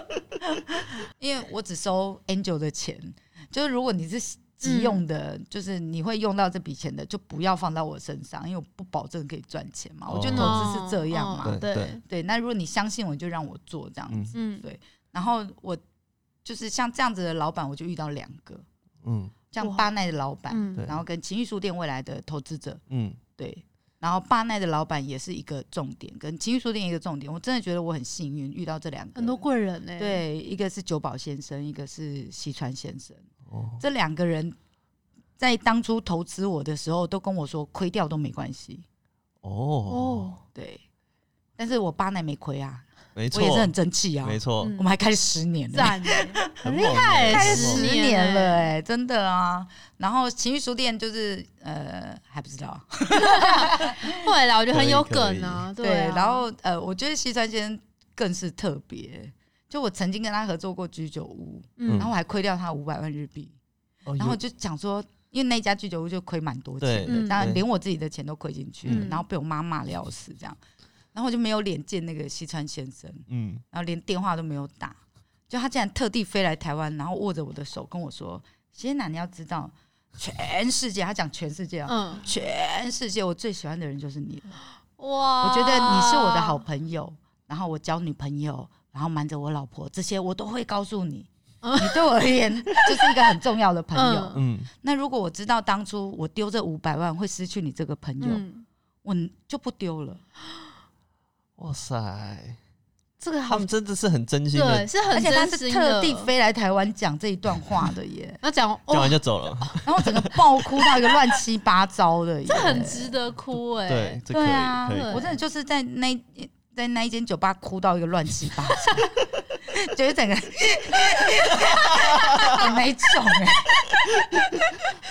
Speaker 3: 因为我只收 Angel 的钱，就是如果你是
Speaker 2: 嗯
Speaker 3: 急用的，就是你会用到这笔钱的，就不要放到我身上，因为我不保证可以赚钱嘛。我觉得投资是这样嘛，
Speaker 2: 哦哦
Speaker 1: 对
Speaker 2: 对，
Speaker 3: 对，那如果你相信我，就让我做这样子。
Speaker 2: 嗯，
Speaker 3: 然后我就是像这样子的老板，我就遇到两个，
Speaker 1: 嗯
Speaker 3: 像
Speaker 2: 哇
Speaker 3: 巴奈的老板，
Speaker 2: 嗯
Speaker 1: 对
Speaker 3: 然后跟情欲书店未来的投资者，
Speaker 1: 嗯，
Speaker 3: 对。然后巴奈的老板也是一个重点，跟情欲书店一个重点。我真的觉得我很幸运遇到这两个，
Speaker 2: 很多贵人欸呢，，
Speaker 3: 对，一个是久保先生，一个是西川先生，
Speaker 1: 哦，
Speaker 3: 这两个人。在当初投资我的时候，都跟我说亏掉都没关系，
Speaker 1: 哦，
Speaker 2: 哦，
Speaker 3: 对。但是我巴奈没亏啊，
Speaker 1: 没错
Speaker 3: 我，也是很争气啊，
Speaker 1: 没错，
Speaker 2: 嗯
Speaker 3: 我们还开了十年呢，
Speaker 2: 赞欸，很厉
Speaker 1: 猛
Speaker 2: 害
Speaker 1: 欸
Speaker 2: 欸，
Speaker 3: 开
Speaker 1: 开
Speaker 3: 了
Speaker 1: 了
Speaker 3: 十
Speaker 1: 十
Speaker 3: 年了、
Speaker 2: 欸，
Speaker 3: 哎，真的啊。然后情欲书店就是呃还不知道，
Speaker 2: 会啦，我觉得很有
Speaker 1: 可以
Speaker 2: 梗啊，啊
Speaker 3: 然后呃，我觉得西川先生更是特别，就我曾经跟他合作过居酒屋，
Speaker 2: 嗯
Speaker 3: 然后我还亏掉他五百万日币，
Speaker 1: 哦
Speaker 3: 然后就讲说，因为那家居酒屋就亏蛮多钱
Speaker 2: 对
Speaker 3: 的，
Speaker 2: 嗯
Speaker 3: 当然
Speaker 1: 对
Speaker 3: 连我自己的钱都亏进去了，
Speaker 2: 嗯
Speaker 3: 然后被我妈骂的要死这样，然后我就没有脸见那个西川先生，
Speaker 1: 嗯，
Speaker 3: 然后连电话都没有打。就他竟然特地飞来台湾，然后握着我的手跟我说：“谢娜，你要知道，全世界，他讲全世界啊，
Speaker 4: 嗯，
Speaker 3: 全世界我最喜欢的人就是你，
Speaker 4: 哇
Speaker 3: 我觉得你是我的好，朋友，然后我交女朋友，然后瞒着我老婆，这些我都会告诉你。
Speaker 4: 嗯
Speaker 3: 你对我而言就是一个很重要的朋友。
Speaker 4: 嗯
Speaker 1: 嗯，
Speaker 3: 那如果我知道当初我丢这五百万会失去你这个朋友，
Speaker 4: 嗯，
Speaker 3: 我就不丢了。
Speaker 1: 哇塞，
Speaker 3: 这个
Speaker 1: 他
Speaker 3: 好
Speaker 1: 们，真的是很真心
Speaker 4: 对，
Speaker 1: 的，
Speaker 4: 是
Speaker 3: 而
Speaker 4: 很
Speaker 3: 且他
Speaker 4: 真
Speaker 3: 是
Speaker 4: 心
Speaker 3: 特
Speaker 4: 的。。
Speaker 3: 地飞来台湾讲这一段话的耶
Speaker 4: 那讲
Speaker 2: 哦
Speaker 1: 讲
Speaker 4: 哇
Speaker 1: 完，就走了，
Speaker 3: 然后我整个爆哭到一个乱七八糟的耶，
Speaker 4: 这很值得哭
Speaker 2: 欸
Speaker 4: 哎、
Speaker 1: 对，这可
Speaker 3: 对啊，
Speaker 1: 以，可以，
Speaker 3: 我真的就是在那一在那一间酒吧哭到一个乱七八 糟，觉得整 个很没种哎、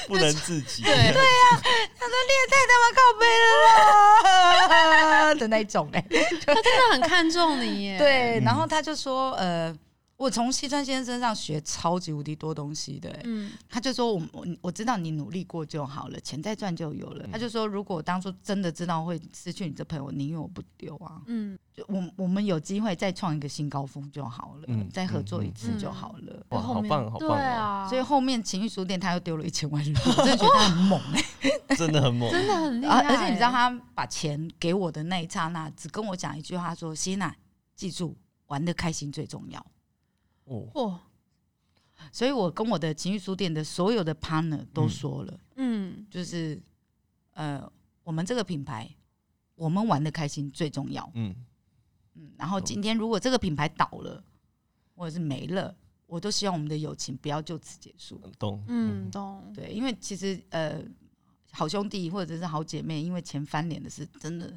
Speaker 1: 不能自 己，
Speaker 4: 对对
Speaker 3: 他说你也太他妈靠背了啦的那一种哎、
Speaker 4: 他真的很看重你耶。，
Speaker 3: 对，
Speaker 1: 嗯
Speaker 3: 然后他就说呃。我从西川先生身上学超级无敌多东西的、欸，
Speaker 4: 嗯
Speaker 3: 他就说我我我知道你努力过就好了，钱再赚就有了。
Speaker 1: 嗯
Speaker 3: 他就说如果我当初真的知道会失去你这朋友，宁愿我不丢啊。
Speaker 4: 嗯，
Speaker 3: 就我我们有机会再创一个新高峰就好了，
Speaker 1: 嗯
Speaker 3: 再合作一次
Speaker 4: 嗯
Speaker 3: 就好了。
Speaker 1: 哇，
Speaker 4: 后
Speaker 1: 好
Speaker 4: 面
Speaker 1: 棒，好棒
Speaker 4: 对
Speaker 1: 哦，
Speaker 4: 啊，
Speaker 3: 所以后面情欲书店他又丢了一千 万日币，我真的觉得他很猛 哎、
Speaker 1: 真的很猛，
Speaker 4: 真的很厉害、
Speaker 3: 啊而而且你知道，他把钱给我的那一刹那，只跟我讲一句话说：“希娜，记住玩的开心最重要。
Speaker 1: 哦，
Speaker 4: 哇，”
Speaker 3: 所以我跟我的情欲书店的所有的 partner 都说了，
Speaker 4: 嗯
Speaker 3: 就是呃，我们这个品牌，我们玩的开心最重要。
Speaker 1: 嗯，
Speaker 3: 嗯，然后今天如果这个品牌倒了，或者是没了，我都希望我们的友情不要就此结束。
Speaker 1: 懂，
Speaker 4: 嗯，，懂，
Speaker 3: 对，因为其实呃，好兄弟或者是好姐妹，因为钱翻脸的事，真的，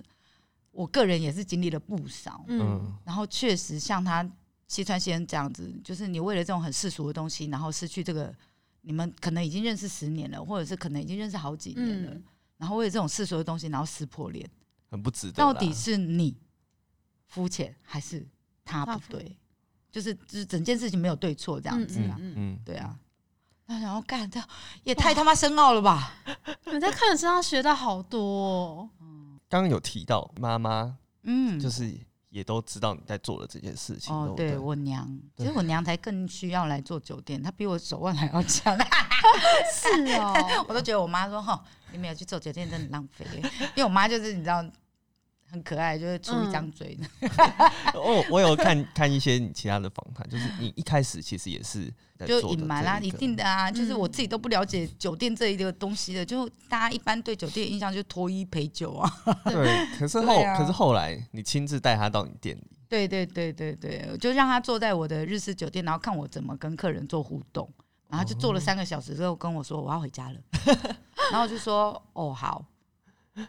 Speaker 3: 我个人也是经历了不少。
Speaker 4: 嗯
Speaker 1: 嗯，
Speaker 3: 然后确实像他西川先生这样子，就是你为了这种很世俗的东西，然后失去这个，你们可能已经认识十年了，或者是可能已经认识好几年了，
Speaker 4: 嗯
Speaker 3: 然后为了这种世俗的东西，然后撕破脸，
Speaker 1: 很不值得啦，
Speaker 3: 到底是你肤浅还是他
Speaker 4: 他
Speaker 3: 不
Speaker 4: 肤
Speaker 3: 对？就是就是整件事情没有对错这样子
Speaker 1: 嗯
Speaker 3: 啊，
Speaker 1: 嗯嗯，
Speaker 3: 对啊。那然后干这也太他妈深奥了吧！
Speaker 2: 嗯
Speaker 4: 你在客人身上学到好多、哦，
Speaker 1: 刚刚有提到妈妈，
Speaker 3: 嗯，
Speaker 1: 就是也都知道你在做的这件事情，
Speaker 3: 哦，
Speaker 1: 不
Speaker 3: 对我娘，其实
Speaker 1: 对
Speaker 3: 我娘才更需要来做酒店，她比我手腕还要强。
Speaker 4: 是 哦，
Speaker 3: 我都觉得我妈说哈，你没有去做酒店真的很浪费， 因为我妈就是你知道很可爱，就是出一张嘴，
Speaker 1: 哦，我有看看一些你其他的访谈，就是你一开始其实也是在
Speaker 3: 就
Speaker 1: 做
Speaker 3: 隐瞒啦，一定
Speaker 1: 的
Speaker 3: 的啊，就是
Speaker 4: 嗯
Speaker 3: 我自己都不了解酒店这一个东西的，就大家一般对酒店的印象就是脱衣陪酒啊，
Speaker 1: 这一个。对，可是后
Speaker 3: 对啊
Speaker 1: 可是后来你亲自带他到你店里，
Speaker 3: 对对对对对，我就让她坐在我的日式酒店，然后看我怎么跟客人做互动，然后就
Speaker 1: 哦
Speaker 3: 坐了三个小时之后跟我说我要回家了， 然后我就说哦好，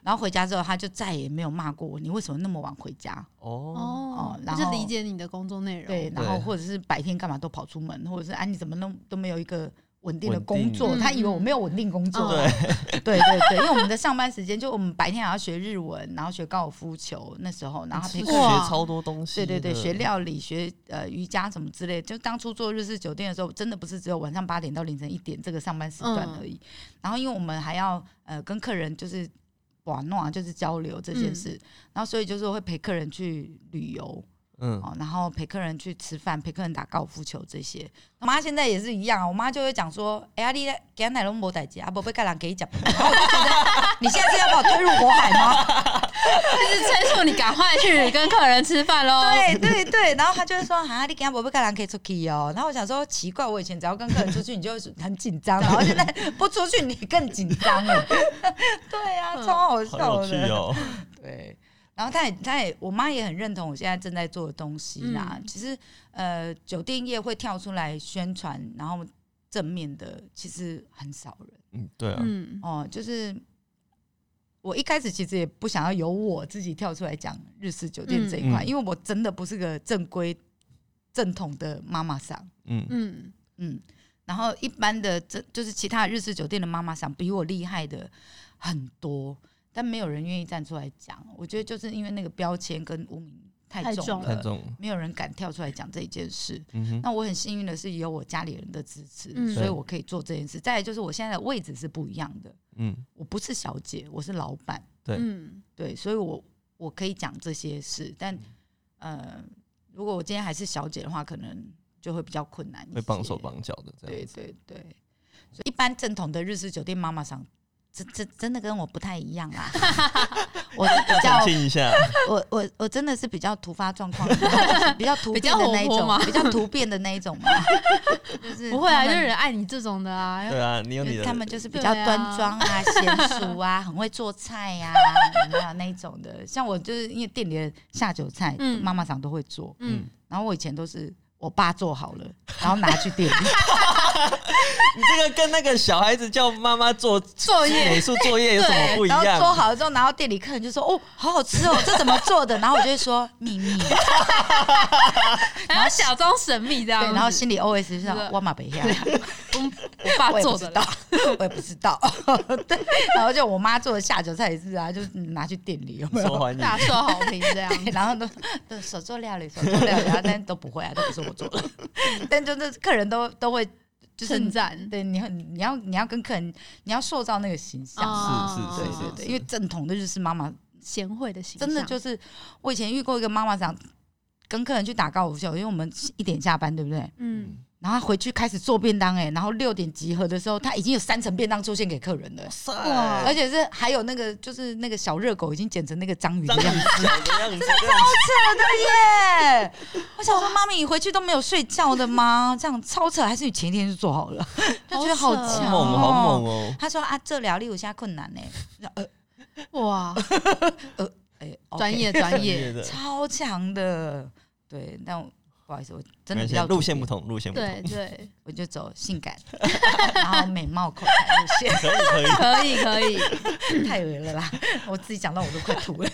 Speaker 3: 然后回家之后他就再也没有骂过我，你为什么那么晚回家？
Speaker 1: 哦，
Speaker 4: 哦
Speaker 3: 哦，
Speaker 4: 他
Speaker 3: 然
Speaker 4: 就
Speaker 3: 后
Speaker 4: 理解你的工作内容，
Speaker 3: 对，然后或者是白天干嘛都跑出门，或者是哎、你怎么弄都没有一个稳定的
Speaker 1: 稳哦
Speaker 3: 工作，
Speaker 4: 定
Speaker 3: 他以为我没有稳定工作，
Speaker 4: 嗯
Speaker 3: 对 对对对，因为我们的上班时间就我们白天还要学日文，然后学高尔夫球，那时候然后陪
Speaker 1: 是
Speaker 3: 客
Speaker 1: 学
Speaker 3: 人。
Speaker 4: 哇
Speaker 1: 超多东西
Speaker 3: 对
Speaker 1: 的，
Speaker 3: 对对，学料理、学呃瑜伽什么之类，就当初做日式酒店的时候，真的不是只有晚上八点到凌晨一点这个上班时段而已。
Speaker 1: 嗯
Speaker 3: 然后，因为我们还要呃跟客人就是玩闹，就是交流这件事，然后所以就是会陪客人去旅游，
Speaker 1: 嗯，
Speaker 3: 哦，然后陪客人去吃饭，陪客人打高尔夫球这些。我妈现在也是一样啊，我妈就会讲说：“哎、呀、你咧给俺奶龙没代志啊，不被干人给讲。” 然后我就觉得你现在是要把我推入火海 吗？
Speaker 4: 就是催促你赶快去跟客人吃饭喽。
Speaker 3: 对啊对对，然后她就会说：“啊，你给俺不被干人可以出去哦。”然后我想说，奇怪，我以前只要跟客人出去，你就会很紧张，然后现在不出去，你更紧张了。 对呀、啊，超好
Speaker 1: 嗯好
Speaker 3: 笑
Speaker 1: 有
Speaker 3: 的。
Speaker 1: 趣哦，
Speaker 3: 对，然后他也，他也，我妈也很认同我现在正在做的东西啦。
Speaker 4: 嗯
Speaker 3: 其实，呃，酒店业会跳出来宣传，然后正面的其实很少人
Speaker 1: 嗯，对啊，
Speaker 4: 嗯，
Speaker 3: 哦。就是我一开始其实也不想要由我自己跳出来讲日式酒店这一块，
Speaker 1: 嗯嗯
Speaker 3: 因为我真的不是个正规正统的妈妈桑，
Speaker 1: 嗯，
Speaker 4: 嗯
Speaker 3: 嗯。然后一般的这就是其他日式酒店的妈妈桑比我厉害的很多，但没有人愿意站出来讲。我觉得就是因为那个标签跟污名太
Speaker 4: 太
Speaker 3: 重
Speaker 4: 重
Speaker 3: 了，
Speaker 1: 看中，
Speaker 3: 没有人敢跳出来讲这一件事。
Speaker 1: 嗯哼，
Speaker 3: 那我很幸运的是有我家里人的支持，
Speaker 4: 嗯
Speaker 3: 所以我可以做这件事。再来就是我现在的位置是不一样的，
Speaker 1: 嗯，
Speaker 3: 我不是小姐，我是老板，
Speaker 1: 对
Speaker 4: 嗯
Speaker 3: 对，所以我我
Speaker 1: 嗯
Speaker 3: 可以讲这些事。但呃，如果我今天还是小姐的话，可能。就会比较困难一些，
Speaker 1: 会绑手绑脚的这
Speaker 3: 对
Speaker 1: 样子。
Speaker 3: 对对，所以一般正统的日式酒店妈妈桑，这这真的跟我不太一 样啦。我是比较
Speaker 1: 澄，清一 下，
Speaker 3: 我我我真的是比较突发状况，比较突变的那一
Speaker 4: 比较活泼吗
Speaker 3: 种，比较突变的那一种嘛。就是
Speaker 2: 不会啊，
Speaker 3: 他
Speaker 2: 就
Speaker 3: 们
Speaker 2: 有人爱你这种的啊，
Speaker 3: 嗯
Speaker 1: 对啊，你有你的，
Speaker 3: 他们就是比
Speaker 2: 对
Speaker 3: 较
Speaker 2: 啊
Speaker 3: 端庄啊、娴熟啊，很会做菜呀、有没有那一种的？像我就是因为店里的下酒菜，
Speaker 2: 嗯
Speaker 3: 妈妈常都会做，
Speaker 2: 嗯，
Speaker 3: 然后我以前都是我爸做好了，然后拿去店里。
Speaker 1: 你这个跟那个小孩子叫妈妈做
Speaker 4: 作 业
Speaker 1: 美术作业有什么不一
Speaker 3: 然后做
Speaker 1: 样？
Speaker 3: 好了之后，然后店里客人就说：“哦，好好吃哦， 这怎么做的？”然后我就会说：“ 秘密。
Speaker 2: 然后假装神秘这”样子，
Speaker 3: 对，然后心里 OS 就想：“
Speaker 2: 是
Speaker 3: 我马北亚，
Speaker 2: 我爸
Speaker 3: 我也不
Speaker 2: 做
Speaker 3: 知
Speaker 2: 的
Speaker 3: 道
Speaker 2: 啦，
Speaker 3: 我也不知道。” 对，然后就我妈做的下酒菜也是啊，就是拿去店里有没
Speaker 1: 说
Speaker 3: 有？
Speaker 1: 欢迎，
Speaker 2: 大受好评这样。
Speaker 3: 对，然后都都手做料理，手做料理， 然后但都不会啊，都不是我做的， 但就是客人都都会就是
Speaker 2: 称赞
Speaker 3: 对你很你要你要跟客人你要塑造那个形象，
Speaker 1: 是
Speaker 3: 对
Speaker 1: 是
Speaker 3: 对
Speaker 1: 是
Speaker 3: 对，因为正统的日式妈妈
Speaker 2: 贤惠的形象，
Speaker 3: 真的就是我以前遇过一个妈妈想跟客人去打高尔夫球，因为我们一点下班，对不对？
Speaker 2: 嗯，
Speaker 3: 然后她回去开始做便当、哎，然后六点集合的时候，她已经有三层便当出现给客人了，
Speaker 1: 哇
Speaker 3: 而且是还有那个就是那个小热狗已经剪成那个章鱼的
Speaker 1: 张
Speaker 3: 样
Speaker 1: 宇
Speaker 3: 子，
Speaker 1: 讲的样子，
Speaker 3: 耶！我想说，妈咪，你回去都没有睡觉的吗？这样超扯，还是你前一天就做好了？ 就觉得好
Speaker 1: 好
Speaker 2: 好
Speaker 3: 强、
Speaker 1: 猛
Speaker 3: 哦，
Speaker 1: 哦好猛哦！
Speaker 3: 他说啊，这疗力有些困难呢、嗯
Speaker 2: 哇，
Speaker 3: 哎、
Speaker 2: 专
Speaker 3: OK
Speaker 2: 业专业，
Speaker 1: 的，
Speaker 3: 超强的，对，但我不好意思，我真
Speaker 1: 没
Speaker 3: 的比
Speaker 1: 事
Speaker 3: 较
Speaker 1: 路线不
Speaker 3: 同，
Speaker 1: 同，路线不同
Speaker 2: 对，对，
Speaker 3: 我就走性感， 然后美貌口才路线，
Speaker 1: 可以 可以。
Speaker 2: 可以可以，
Speaker 3: 太恶了啦！ 我自己讲到我都快 吐了。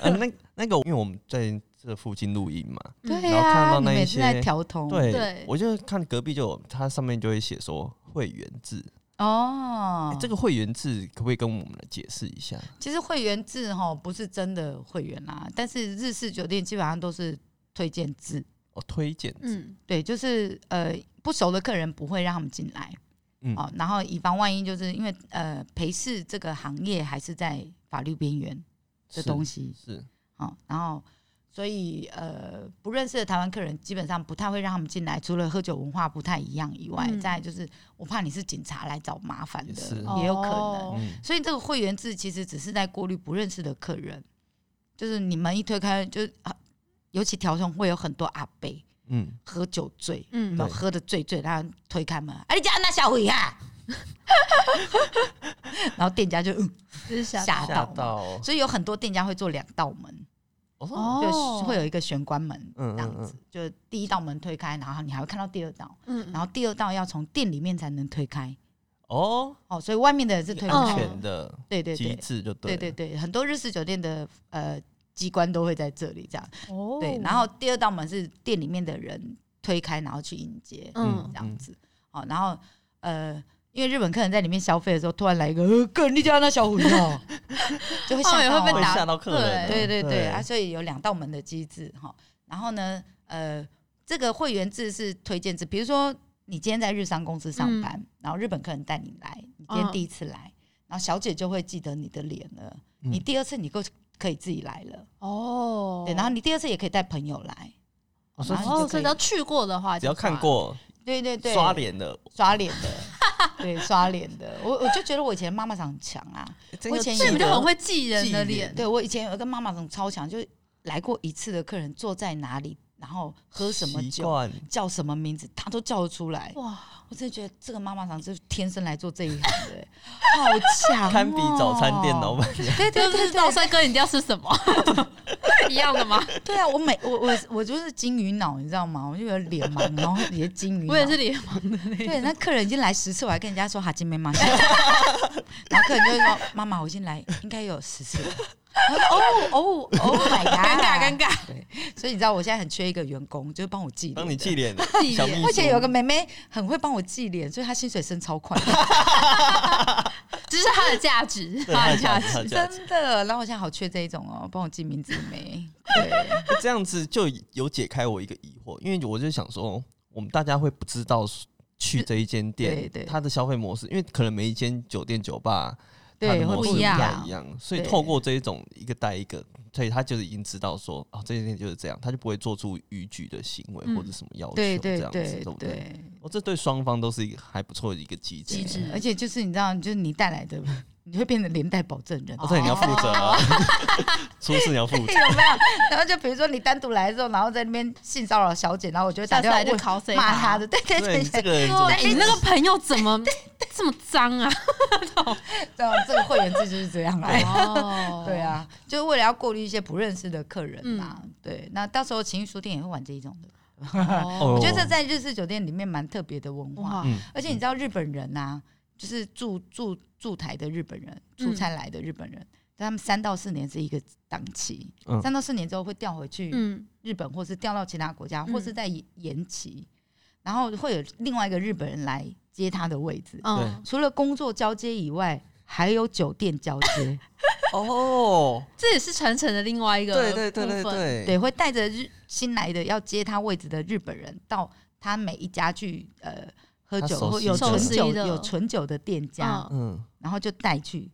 Speaker 1: 啊，那那个，因为我们在这附近录音嘛，
Speaker 2: 嗯
Speaker 1: 然后看到
Speaker 3: 你
Speaker 1: 那一
Speaker 3: 每次
Speaker 1: 些
Speaker 3: 在调通，
Speaker 1: 对，
Speaker 2: 对
Speaker 1: 我就看隔壁就有，它上面就会写说会员制、
Speaker 3: 哦
Speaker 1: 诶，这个会员制可不可以跟我们来解释一下？
Speaker 3: 其实会员制哈不是真的会员啦，但是日式酒店基本上都是推荐制，
Speaker 1: 哦，推荐制，
Speaker 2: 嗯，
Speaker 3: 对，就是呃不熟的客人不会让他们进来，
Speaker 1: 嗯
Speaker 3: 哦，然后以防万一，就是因为呃陪侍这个行业还是在法律边缘
Speaker 1: 是
Speaker 3: 的东西，
Speaker 1: 是
Speaker 3: 哦，然后所以呃不认识的台湾客人基本上不太会让他们进来，除了喝酒文化不太一样以外，
Speaker 2: 嗯
Speaker 3: 再来就是我怕你是警察来找麻烦
Speaker 1: 也是
Speaker 3: 的，也有可能。
Speaker 2: 哦
Speaker 1: 嗯，
Speaker 3: 所以这个会员制其实只是在过滤不认识的客人，就是你们一推开就啊，尤其调通会有很多阿伯
Speaker 1: 嗯，
Speaker 3: 喝酒醉，
Speaker 2: 嗯
Speaker 3: 然后喝的醉醉，然后推开门，啊，你家那小鬼啊， 然后店家就嗯，
Speaker 2: 就是想
Speaker 3: 吓
Speaker 1: 吓
Speaker 3: 到嘛
Speaker 1: 到哦，
Speaker 3: 所以有很多店家会做两道门，
Speaker 1: 哦，
Speaker 3: 就是
Speaker 2: 哦，
Speaker 3: 会有一个玄关门
Speaker 1: 嗯
Speaker 3: 这样子，就是第一道门推开，然后你还会看到第二道，
Speaker 2: 嗯，
Speaker 3: 然后第二道要从店里面才能推开，
Speaker 1: 哦，
Speaker 3: 哦，所以外面的人是推不
Speaker 1: 安
Speaker 3: 开，
Speaker 1: 全的
Speaker 3: 对对
Speaker 1: 机
Speaker 3: 对，
Speaker 1: 制就
Speaker 3: 对
Speaker 1: 了
Speaker 3: 对对，很多日式酒店的呃机关都会在这里这样。
Speaker 2: 哦
Speaker 3: 对，然后第二道门是店里面的人推开，然后去迎接
Speaker 2: 嗯
Speaker 3: 这样子。哦，然后呃，因为日本客人在里面消费的时候，突然来一个呃，个人你家那小虎哦， 就会
Speaker 2: 他
Speaker 3: 吓
Speaker 2: 们也
Speaker 3: 到
Speaker 2: 会被
Speaker 1: 会
Speaker 3: 啊
Speaker 2: 打
Speaker 1: 吓到客人的，哦
Speaker 3: 对对对啊，所以有两道门的机制哈、然后呢，呃，这个会员制是推荐制，比如说你今天在日商公司上班，然后日本客人带你来，你今天
Speaker 2: 嗯
Speaker 3: 第一次来，然后小姐就会记得你的脸了。
Speaker 1: 嗯
Speaker 3: 你第二次你够可以自己来了，
Speaker 2: 哦，
Speaker 3: 对，然后你第二次也可以带朋友来。
Speaker 1: 哦所
Speaker 3: 然
Speaker 1: 以
Speaker 3: 后
Speaker 2: 哦，
Speaker 3: 你
Speaker 2: 所
Speaker 3: 就
Speaker 2: 以只
Speaker 3: 可
Speaker 2: 要
Speaker 3: 以
Speaker 2: 去过的话，
Speaker 1: 只要看，过
Speaker 3: 对对对，
Speaker 1: 刷脸的，
Speaker 3: 刷脸的，对刷脸的，我我就觉得我以前妈妈长很强啊，
Speaker 1: 哎这
Speaker 3: 我
Speaker 1: 个
Speaker 3: 以前
Speaker 1: 记
Speaker 2: 所以你就
Speaker 1: 得
Speaker 2: 很会记人的
Speaker 1: 记
Speaker 2: 脸
Speaker 1: 脸，
Speaker 3: 对我以前有一个妈妈长超强，就是来过一次的客人坐在哪里，然后喝什么
Speaker 1: 习
Speaker 3: 酒，
Speaker 1: 惯
Speaker 3: 叫什么名字，他都叫得出来。
Speaker 2: 哇，
Speaker 3: 我真的觉得这个妈妈桑就是天生来做这一行的、欸 好强、哦！
Speaker 1: 堪比早餐店哦老，板娘，
Speaker 3: 对对
Speaker 2: 这
Speaker 3: 对
Speaker 2: 是
Speaker 3: 对
Speaker 2: 道帅哥，你一定要吃什么一样的 吗？
Speaker 3: 对啊！我每我我我就是金鱼脑，你知道吗？我就有脸盲，然后也是金鱼脑。
Speaker 2: 我也是
Speaker 1: 嗯
Speaker 2: 脸盲的那
Speaker 3: 对，
Speaker 2: 种，
Speaker 3: 那客人已经来十次，我还跟人家说哈金 梅妈，然后客人就会说妈妈，我已经来应该有十次了。然后哦 哦哦，My God！
Speaker 2: 尴尬尴
Speaker 1: 啊
Speaker 2: 尬，
Speaker 3: 所以你知道我现在很缺一个员工，就是帮我记。
Speaker 1: 帮你记。脸 的
Speaker 2: 记
Speaker 1: 小
Speaker 2: 脸
Speaker 1: 秘
Speaker 3: 而且
Speaker 1: 书
Speaker 3: 有个妹妹很会帮我记脸，所以她薪水升超快，
Speaker 2: 这是它的价值，
Speaker 1: 对
Speaker 2: 它
Speaker 1: 他的
Speaker 2: 的
Speaker 1: 价
Speaker 2: 价
Speaker 1: 值，他
Speaker 2: 值
Speaker 1: 的 价值，
Speaker 3: 真的。然后我现在好缺这一种哦，帮我记名字的 妹。对，
Speaker 1: 这样子就有解开我一个疑惑，因为我就想说，我们大家会不知道去这一间
Speaker 3: 对
Speaker 1: 店
Speaker 3: 对
Speaker 1: 它的消费模式，因为可能每一间酒店酒吧它
Speaker 3: 对
Speaker 1: 的
Speaker 3: 会
Speaker 1: 模式
Speaker 3: 不
Speaker 1: 不
Speaker 3: 一
Speaker 1: 太
Speaker 3: 样
Speaker 1: 一样，所以
Speaker 3: 对
Speaker 1: 透过这一种一个带一个，所以他就已经知道说，哦，这件事情就是这样，他就不会做出逾矩的行为
Speaker 2: 嗯
Speaker 1: 或者什么要求，
Speaker 3: 对
Speaker 1: 这
Speaker 3: 对
Speaker 1: 样子，
Speaker 3: 对
Speaker 1: 不对？哦，这对双方都是一个还不错的一个机制
Speaker 4: 机。制
Speaker 3: 而且就是你知道，就是你带来的，你会变成连带保证人。
Speaker 1: 哦，这你要 负责、啊，
Speaker 3: 哦
Speaker 1: 出事你要负责。
Speaker 3: 有没有？然后就比如说你单独来的时候，然后在那边性骚扰小姐，然后我就会
Speaker 2: 下
Speaker 3: 打
Speaker 2: 次
Speaker 3: 电话
Speaker 2: 来就
Speaker 3: 问
Speaker 2: 考谁
Speaker 3: 骂她的，对对
Speaker 1: 对，
Speaker 3: 对
Speaker 1: 你这
Speaker 3: 对，
Speaker 1: 个人怎
Speaker 4: 哦，
Speaker 1: 么
Speaker 4: 哎你那个朋友怎么这么脏啊？
Speaker 3: 这样这个会员制就是这样来。
Speaker 4: 哦
Speaker 3: 对，啊，就是为了要过滤一些不认识的客人嘛。对，那到时候情欲书店也会玩这一种的。
Speaker 1: 哦
Speaker 3: 我觉得这在日式酒店里面蛮特别的文化，
Speaker 2: 哇，
Speaker 1: 嗯，
Speaker 3: 而且你知道日本人啊，就是驻驻驻台的日本人，
Speaker 4: 嗯
Speaker 3: 出差来的日本人，他们三到四年是一个档期
Speaker 1: 嗯，
Speaker 3: 三到四年之后会调回去
Speaker 4: 嗯，
Speaker 3: 日本，或是调到其他国家，
Speaker 4: 嗯
Speaker 3: 或是在延延期，然后会有另外一个日本人来接他的位置。
Speaker 4: 嗯，
Speaker 3: 除了工作交接以外，还有酒店交 接，嗯
Speaker 1: 哦，
Speaker 4: 这也是传承的另外一个
Speaker 1: 对对对对
Speaker 4: 部分嗯
Speaker 1: 对
Speaker 3: 对，会带着日新来的要接他位置的日本人到他每一家去呃喝
Speaker 1: 他
Speaker 3: 酒，
Speaker 1: 熟
Speaker 3: 或
Speaker 1: 悉
Speaker 3: 有
Speaker 1: 的
Speaker 4: 熟
Speaker 3: 纯
Speaker 4: 悉
Speaker 3: 酒
Speaker 4: 的
Speaker 3: 有纯酒的店家，
Speaker 4: 嗯
Speaker 1: 嗯，
Speaker 3: 然后就带去，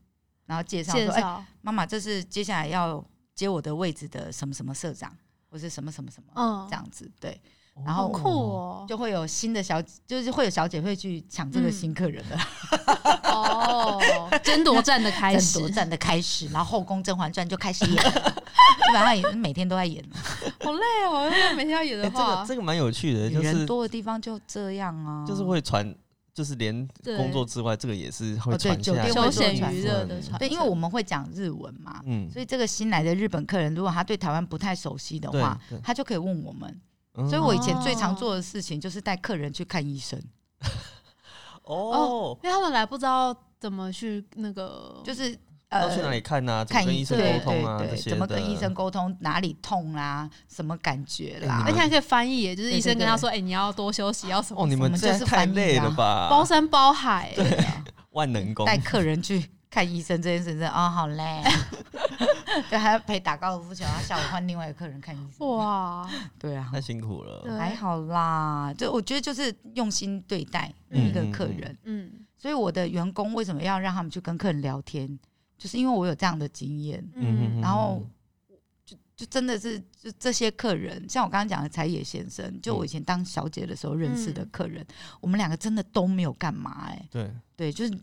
Speaker 3: 然后介绍
Speaker 4: 介
Speaker 3: 说，哎、
Speaker 4: 绍，
Speaker 3: 妈妈，这是接下来要接我的位置的什么什么社长，或是什么什么什么、
Speaker 4: 嗯
Speaker 3: 这，样子，对。
Speaker 1: 哦
Speaker 3: 然
Speaker 4: 好
Speaker 3: 后
Speaker 4: 酷哦，
Speaker 3: 就会有新的小，就是会有小姐会去抢这个
Speaker 4: 嗯
Speaker 3: 新客人的
Speaker 4: 哦，争夺战的开
Speaker 3: 争
Speaker 4: 始
Speaker 3: 夺，战的开始，然后后宫《甄嬛传》就开始演了， 基本上也每天都在演了。
Speaker 2: 好累哦，因为每天要演
Speaker 1: 哎
Speaker 2: 的
Speaker 1: 这个
Speaker 2: 话，
Speaker 1: 这个蛮有趣的，就
Speaker 3: 女人
Speaker 1: 是
Speaker 3: 多的地方就这样啊，
Speaker 1: 就是会传，就是连
Speaker 4: 对
Speaker 1: 工作之外，这个也是会
Speaker 3: 哦对
Speaker 1: 传下
Speaker 3: 酒
Speaker 1: 来
Speaker 3: 店
Speaker 1: 的
Speaker 3: 会
Speaker 4: 休闲
Speaker 3: 传
Speaker 4: 娱乐的传承，
Speaker 3: 对，因为我们会讲日文嘛，
Speaker 1: 嗯，
Speaker 3: 所以这个新来的日本客人，如果他对台湾不太熟悉的
Speaker 1: 对
Speaker 3: 话，，
Speaker 1: 对
Speaker 3: 他就可以问我们。
Speaker 1: 嗯
Speaker 3: 所以我以前最常
Speaker 4: 哦
Speaker 3: 做的事情就是带客人去看医生，
Speaker 1: 哦，
Speaker 4: 因为他们来不知道怎么去那个，
Speaker 3: 就是
Speaker 1: 哦要去哪
Speaker 3: 呃。
Speaker 1: 里看啊呐？怎么
Speaker 3: 看
Speaker 1: 跟医生沟
Speaker 3: 对
Speaker 1: 通啊，
Speaker 3: 对
Speaker 1: 这
Speaker 3: 对，
Speaker 1: 些
Speaker 3: 怎么跟
Speaker 1: 的
Speaker 3: 医生沟通？哪里痛啦、什么感觉啦？
Speaker 4: 而
Speaker 1: 哎
Speaker 4: 且
Speaker 1: 你们
Speaker 4: 还可以翻译耶，就是医生
Speaker 3: 对对
Speaker 4: 跟他说，哎，你要多休息，要什么
Speaker 1: 哦，，你
Speaker 4: 什么
Speaker 1: 们
Speaker 3: 们
Speaker 1: 这
Speaker 3: 就是
Speaker 1: 太
Speaker 3: 翻译
Speaker 1: 累了
Speaker 3: 啊
Speaker 1: 吧？
Speaker 4: 包山包海，
Speaker 3: 对啊
Speaker 1: 万能功，
Speaker 3: 带客人去看医生这件事真的啊、好累、 啊，对，还要陪打高尔夫球，然后下午换另外一个客人看医生。哇，
Speaker 4: 哇，
Speaker 3: 对啊，
Speaker 1: 太辛苦了。
Speaker 4: 对
Speaker 3: 还好啦，就我觉得就是用心对待
Speaker 1: 嗯
Speaker 3: 一个
Speaker 1: 嗯
Speaker 3: 客
Speaker 1: 嗯
Speaker 3: 人，
Speaker 4: 嗯
Speaker 3: 所以我的员工为什么要让他们去跟客人聊天，就是因为我有这样的经验，
Speaker 1: 嗯，
Speaker 4: 嗯，
Speaker 3: 然后就真的是就这些客人，像我刚刚讲的柴野先生，就
Speaker 1: 嗯
Speaker 3: 我以前当小姐的时候认识的客人，我们两个真的都没有干嘛哎、
Speaker 1: 对，
Speaker 3: 对，就是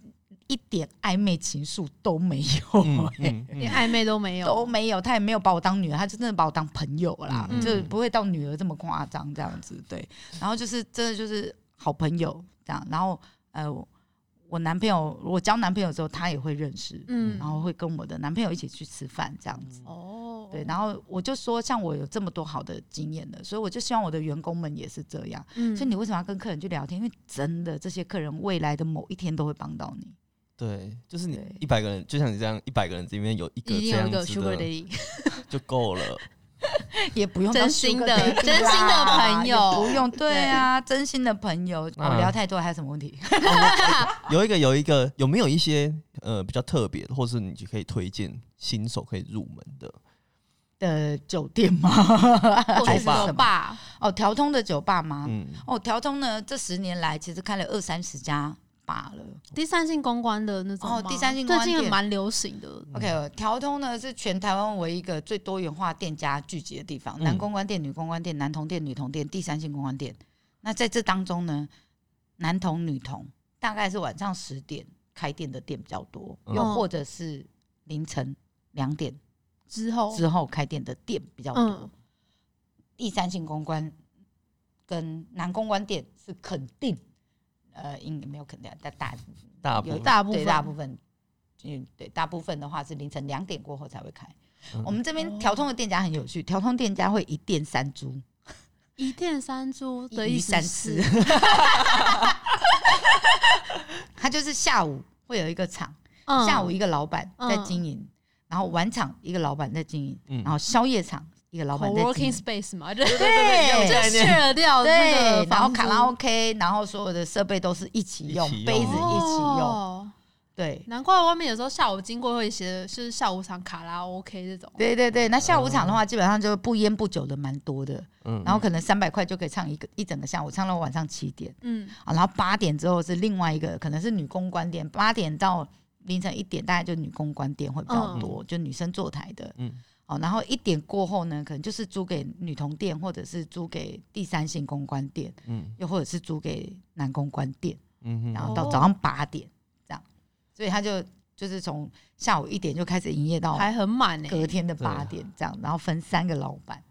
Speaker 3: 一点暧昧情愫都没有、
Speaker 1: 嗯
Speaker 3: 哎
Speaker 1: 嗯嗯
Speaker 4: 连暧昧都没有，
Speaker 3: 都没有，他也没有把我当女儿，他就真的把我当朋友啦，
Speaker 1: 嗯
Speaker 3: 就不会到女儿这么夸张这样子。对，然后就是真的就是好朋友这样，然后呃，我我男朋友我交男朋友之后，他也会认识，
Speaker 4: 嗯，
Speaker 3: 然后会跟我的男朋友一起去吃饭这样子。
Speaker 4: 哦，
Speaker 3: 对，然后我就说，像我有这么多好的经验的，所以我就希望我的员工们也是这样。
Speaker 4: 嗯
Speaker 3: 所以你为什么要跟客人去聊天？因为真的，这些客人未来的某一天都会帮到你。
Speaker 1: 对，就是你
Speaker 3: 对
Speaker 1: 一百个人，就像你这样，一百个人里面有一
Speaker 4: 一
Speaker 1: 个这
Speaker 4: 定有
Speaker 1: 样
Speaker 4: 一个
Speaker 1: 子
Speaker 4: sugar
Speaker 1: 的
Speaker 4: daddy，
Speaker 1: 就够了。
Speaker 3: 也不用
Speaker 4: 真
Speaker 3: 到
Speaker 4: 心
Speaker 3: sugar
Speaker 4: 的
Speaker 3: daddy 啦
Speaker 4: 真心的朋友
Speaker 3: 啊
Speaker 4: 嗯
Speaker 3: 也不用对啊，真心的朋友。
Speaker 1: 那
Speaker 3: 我聊太多还有什么问题？
Speaker 1: 有一个有一个有没有一些呃比较特别的，或是你就可以推荐新手可以入门的？
Speaker 3: 的酒店吗？
Speaker 4: 或
Speaker 3: 还
Speaker 4: 者
Speaker 3: 是
Speaker 4: 是
Speaker 3: 什
Speaker 4: 酒
Speaker 3: 么？
Speaker 4: 吧，
Speaker 3: 哦，调通的酒吧吗？
Speaker 1: 嗯，
Speaker 3: 哦，调通呢，这十年来其实开了二三十家吧了。
Speaker 4: 第三性公关的那种吗，
Speaker 3: 哦第三性公关
Speaker 4: 最近
Speaker 3: 店
Speaker 4: 蛮流行
Speaker 1: 嗯
Speaker 4: 的，
Speaker 3: OK，调通呢是全台湾唯一一个最多元化店家聚集的地方，
Speaker 1: 嗯
Speaker 3: 男公关店、女公关店、男童店、女童店、第三性公关店。那在这当中呢，男童、女童大概是晚上十点开店的店比较多，
Speaker 1: 嗯
Speaker 3: 又或者是凌晨两点
Speaker 4: 之
Speaker 1: 哦
Speaker 4: 后，
Speaker 3: 之后开店的店比较多。
Speaker 4: 嗯
Speaker 3: 第三性公关跟男公关店是肯定，呃，应该没有肯定，但大
Speaker 1: 大部
Speaker 3: 有
Speaker 1: 分
Speaker 4: 大部
Speaker 3: 啊对
Speaker 4: 分
Speaker 3: 大部分，嗯，对，大部分的话是凌晨两点过后才会开。
Speaker 1: 嗯
Speaker 3: 我们这边
Speaker 4: 哦
Speaker 3: 调通的店家很有趣，调通店家会一店三猪，
Speaker 4: 一店三猪的
Speaker 3: 一
Speaker 4: 意
Speaker 3: 鱼
Speaker 4: 思
Speaker 3: 三
Speaker 4: 是
Speaker 3: 吃，。他就是下午会有一个场，
Speaker 4: 嗯
Speaker 3: 下午一个老板在
Speaker 4: 嗯
Speaker 3: 经营，然后晚场一个老板在经营，
Speaker 1: 嗯
Speaker 3: 然后宵夜场一个老板在经
Speaker 4: co-working
Speaker 3: 营。
Speaker 4: space 嘛，就
Speaker 3: 对
Speaker 4: 就
Speaker 1: 念
Speaker 4: 卸掉那
Speaker 3: 对
Speaker 4: 个，
Speaker 3: 然后
Speaker 4: 房租
Speaker 3: 卡拉 OK，然后所有的设备都是一起用，
Speaker 1: 一起用
Speaker 3: 杯子一起用，
Speaker 4: 哦
Speaker 3: 对。
Speaker 4: 难怪外面有时候下午经过会写是下午场卡拉 OK 这种，
Speaker 3: 对对对，那下午场的
Speaker 1: 哦
Speaker 3: 话，基本上就不烟不酒的蛮多的，
Speaker 1: 嗯
Speaker 3: 然后可能三百块就可以唱一个一整个下午，唱到晚上七点
Speaker 4: 嗯
Speaker 3: 啊，然后八点之后是另外一个，可能是女公关店，八点到凌晨一点大概就女公关店会比较多，就女生坐台的。
Speaker 1: 嗯
Speaker 3: 哦，然后一点过后呢，可能就是租给女童店，或者是租给第三性公关店，
Speaker 1: 嗯
Speaker 3: 又或者是租给男公关店，
Speaker 1: 嗯
Speaker 3: 然
Speaker 1: 哼，
Speaker 3: 后到
Speaker 2: 哦
Speaker 3: 早上八点这样，所以他就就是从下午一点就开始营业到
Speaker 2: 还很满
Speaker 4: 欸
Speaker 2: 呢、
Speaker 3: 隔天的
Speaker 1: 对啊
Speaker 3: 八点这样，然后分三个老板。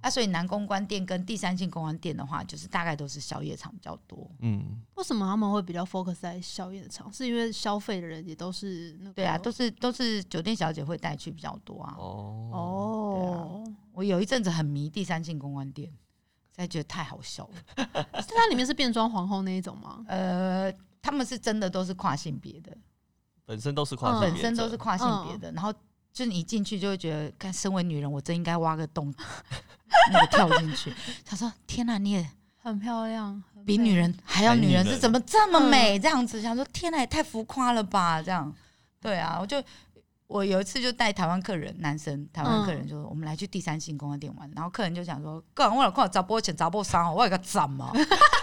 Speaker 3: 啊，所以男公关店跟第三性公关店的话，就是大概都是宵夜场比较多。
Speaker 1: 嗯
Speaker 2: 为什么他们会比较 focus 在宵夜的场？是因为消费的人也都是那个
Speaker 3: 对啊，都是都是酒店小姐会带去比较多啊。
Speaker 1: 哦
Speaker 2: 哦，
Speaker 3: 我有一阵子很迷第三性公关店，实在觉得太好笑了。啊
Speaker 2: 是它里面是变装皇后那一种吗？
Speaker 3: 呃，他们是真的都是跨性别的，
Speaker 1: 本身都是跨性别者，嗯
Speaker 3: 本身都是跨性别的，然后就你一进去就会觉得，看身为女人，我真应该挖个洞， 那个跳进去。他说：“天哪、你也
Speaker 2: 很漂亮，很
Speaker 3: 比
Speaker 2: 美
Speaker 3: 女人还要
Speaker 1: 还
Speaker 3: 女人
Speaker 1: 女
Speaker 3: 是
Speaker 1: 人
Speaker 3: 怎么这么美？这样子想说，天哪，也太浮夸了吧？这样，对啊，我就我有一次就带台湾客人，男生台湾客人就说，我们来去第三星公关店玩，然后客人就想说，个人我老公砸波钱砸波伤，哦我有个怎么？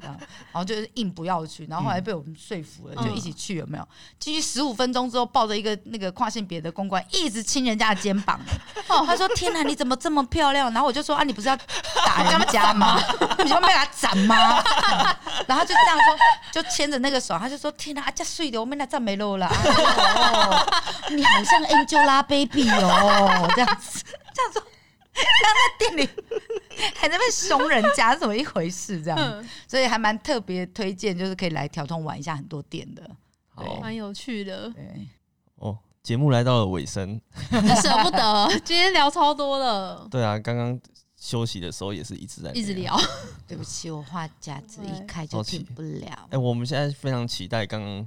Speaker 3: 这样然后就是硬不要去，然后后来被我们说服了，
Speaker 2: 嗯
Speaker 3: 就一起去，有没有？进去十五分钟之后，抱着一个那个跨性别的公关，一直亲人家的肩膀。哦，他说：“天哪，你怎么这么漂亮？”然后我就说：“啊，你不是要打人家吗？你就被他斩吗？” 然后他就这样说，就牵着那个手，他就说：“天哪，啊，这碎的，我们俩赞没肉了。哎呦你好像 Angelababy 哦，这样子，这样说。”刚在店里还在那边凶人家，怎么一回事？这样子，
Speaker 2: 嗯，
Speaker 3: 所以还蛮特别推荐，就是可以来调通玩一下很多店的。
Speaker 1: 好
Speaker 2: 蛮有趣的，
Speaker 3: 对，
Speaker 1: 哦。节目来到了尾声，
Speaker 2: 舍不得。 今天聊超多了，
Speaker 1: 对啊，刚刚休息的时候也是一直在
Speaker 2: 一直
Speaker 1: 聊。
Speaker 2: 聊，
Speaker 3: 对不起，我话匣子一开就停不了
Speaker 1: 哎、。我们现在非常期待刚刚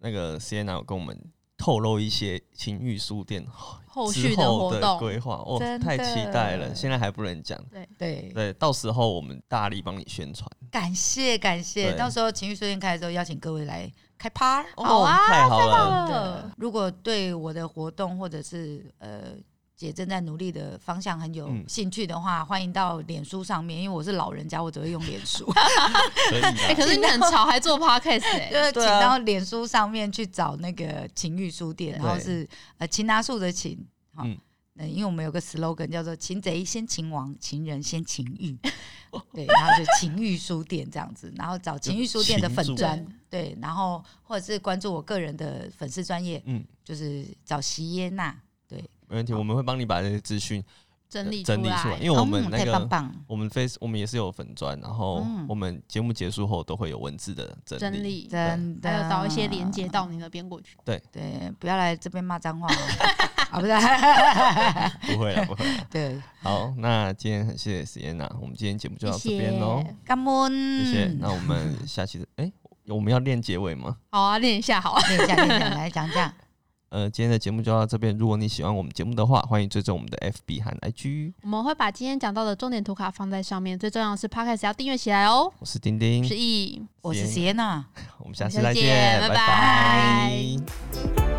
Speaker 1: 那个 Sienna 有跟我们透露一些情欲书店哦
Speaker 2: 后续
Speaker 1: 之
Speaker 2: 的
Speaker 1: 后
Speaker 2: 活
Speaker 1: 的
Speaker 2: 动
Speaker 1: 规划，哦
Speaker 3: 真，的
Speaker 1: 太期待了，现在还不能讲。
Speaker 3: 对，
Speaker 1: 对，到时候我们大力帮你宣传。
Speaker 3: 感谢感谢，
Speaker 1: 对
Speaker 3: 到时候情绪书店开的时候，邀请各位来开趴。
Speaker 2: 好啊
Speaker 1: 哦太好了，
Speaker 2: 了，
Speaker 3: 如果对我的活动或者是呃姐正在努力的方向很有
Speaker 1: 嗯
Speaker 3: 兴趣的话，欢迎到脸书上面，因为我是老人家，我只会用脸书。
Speaker 1: 可以 的。
Speaker 2: 哎，可是你很潮，还做 podcast 哎，
Speaker 3: 就是请
Speaker 1: 对啊
Speaker 3: 到脸书上面去找那个情欲书店，然后是呃擒拿术的擒，好、
Speaker 1: 嗯
Speaker 3: 呃因为我们有个 slogan 叫做“擒贼先擒王，擒人先擒欲”， 对，然后就情欲书店这样子，然后找情欲书店的粉
Speaker 1: 情书
Speaker 3: 砖，对，然后或者是关注我个人的粉丝专业，
Speaker 1: 嗯，
Speaker 3: 就是找席耶娜，
Speaker 1: 没问题，我们会帮你把这些资讯
Speaker 2: 整理
Speaker 1: 整理出来，嗯
Speaker 2: 来，
Speaker 1: 因为我们
Speaker 3: 哦
Speaker 1: 那
Speaker 3: 太
Speaker 1: 个、
Speaker 3: 棒棒，
Speaker 1: 我们 Face 我们也是有粉砖，然后
Speaker 3: 嗯
Speaker 1: 我们节目结束后都会有文字的整理。
Speaker 2: 整理，
Speaker 3: 真的，
Speaker 2: 还有找一些连接到你那边过去。
Speaker 3: 对，不要来这边骂脏话哦 啊，不是，
Speaker 1: 不会了，不 会啦。
Speaker 3: 对，
Speaker 1: 好，那今天很谢谢 Sienna，我们今天节目就到这边喽。
Speaker 3: 干么？
Speaker 1: 谢嗯谢。那我们下期的 哎、我们要练结尾吗？
Speaker 2: 好啊，练一下好啊，
Speaker 3: 念一下，念一下，来讲讲。
Speaker 1: 呃，今天的节目就到这边。如果你喜欢我们节目的话，欢迎追踪我们的 FB 和 IG。
Speaker 2: 我们会把今天讲到的重点图卡放在上面，最重要的是 podcast 要订阅起来哦。
Speaker 1: 我是丁丁
Speaker 2: 是，意，
Speaker 3: 我是 s i e n a
Speaker 1: 嗯我们下次
Speaker 2: 我
Speaker 1: 再
Speaker 2: 们下次
Speaker 1: 见，
Speaker 2: 见拜
Speaker 1: 拜
Speaker 2: 拜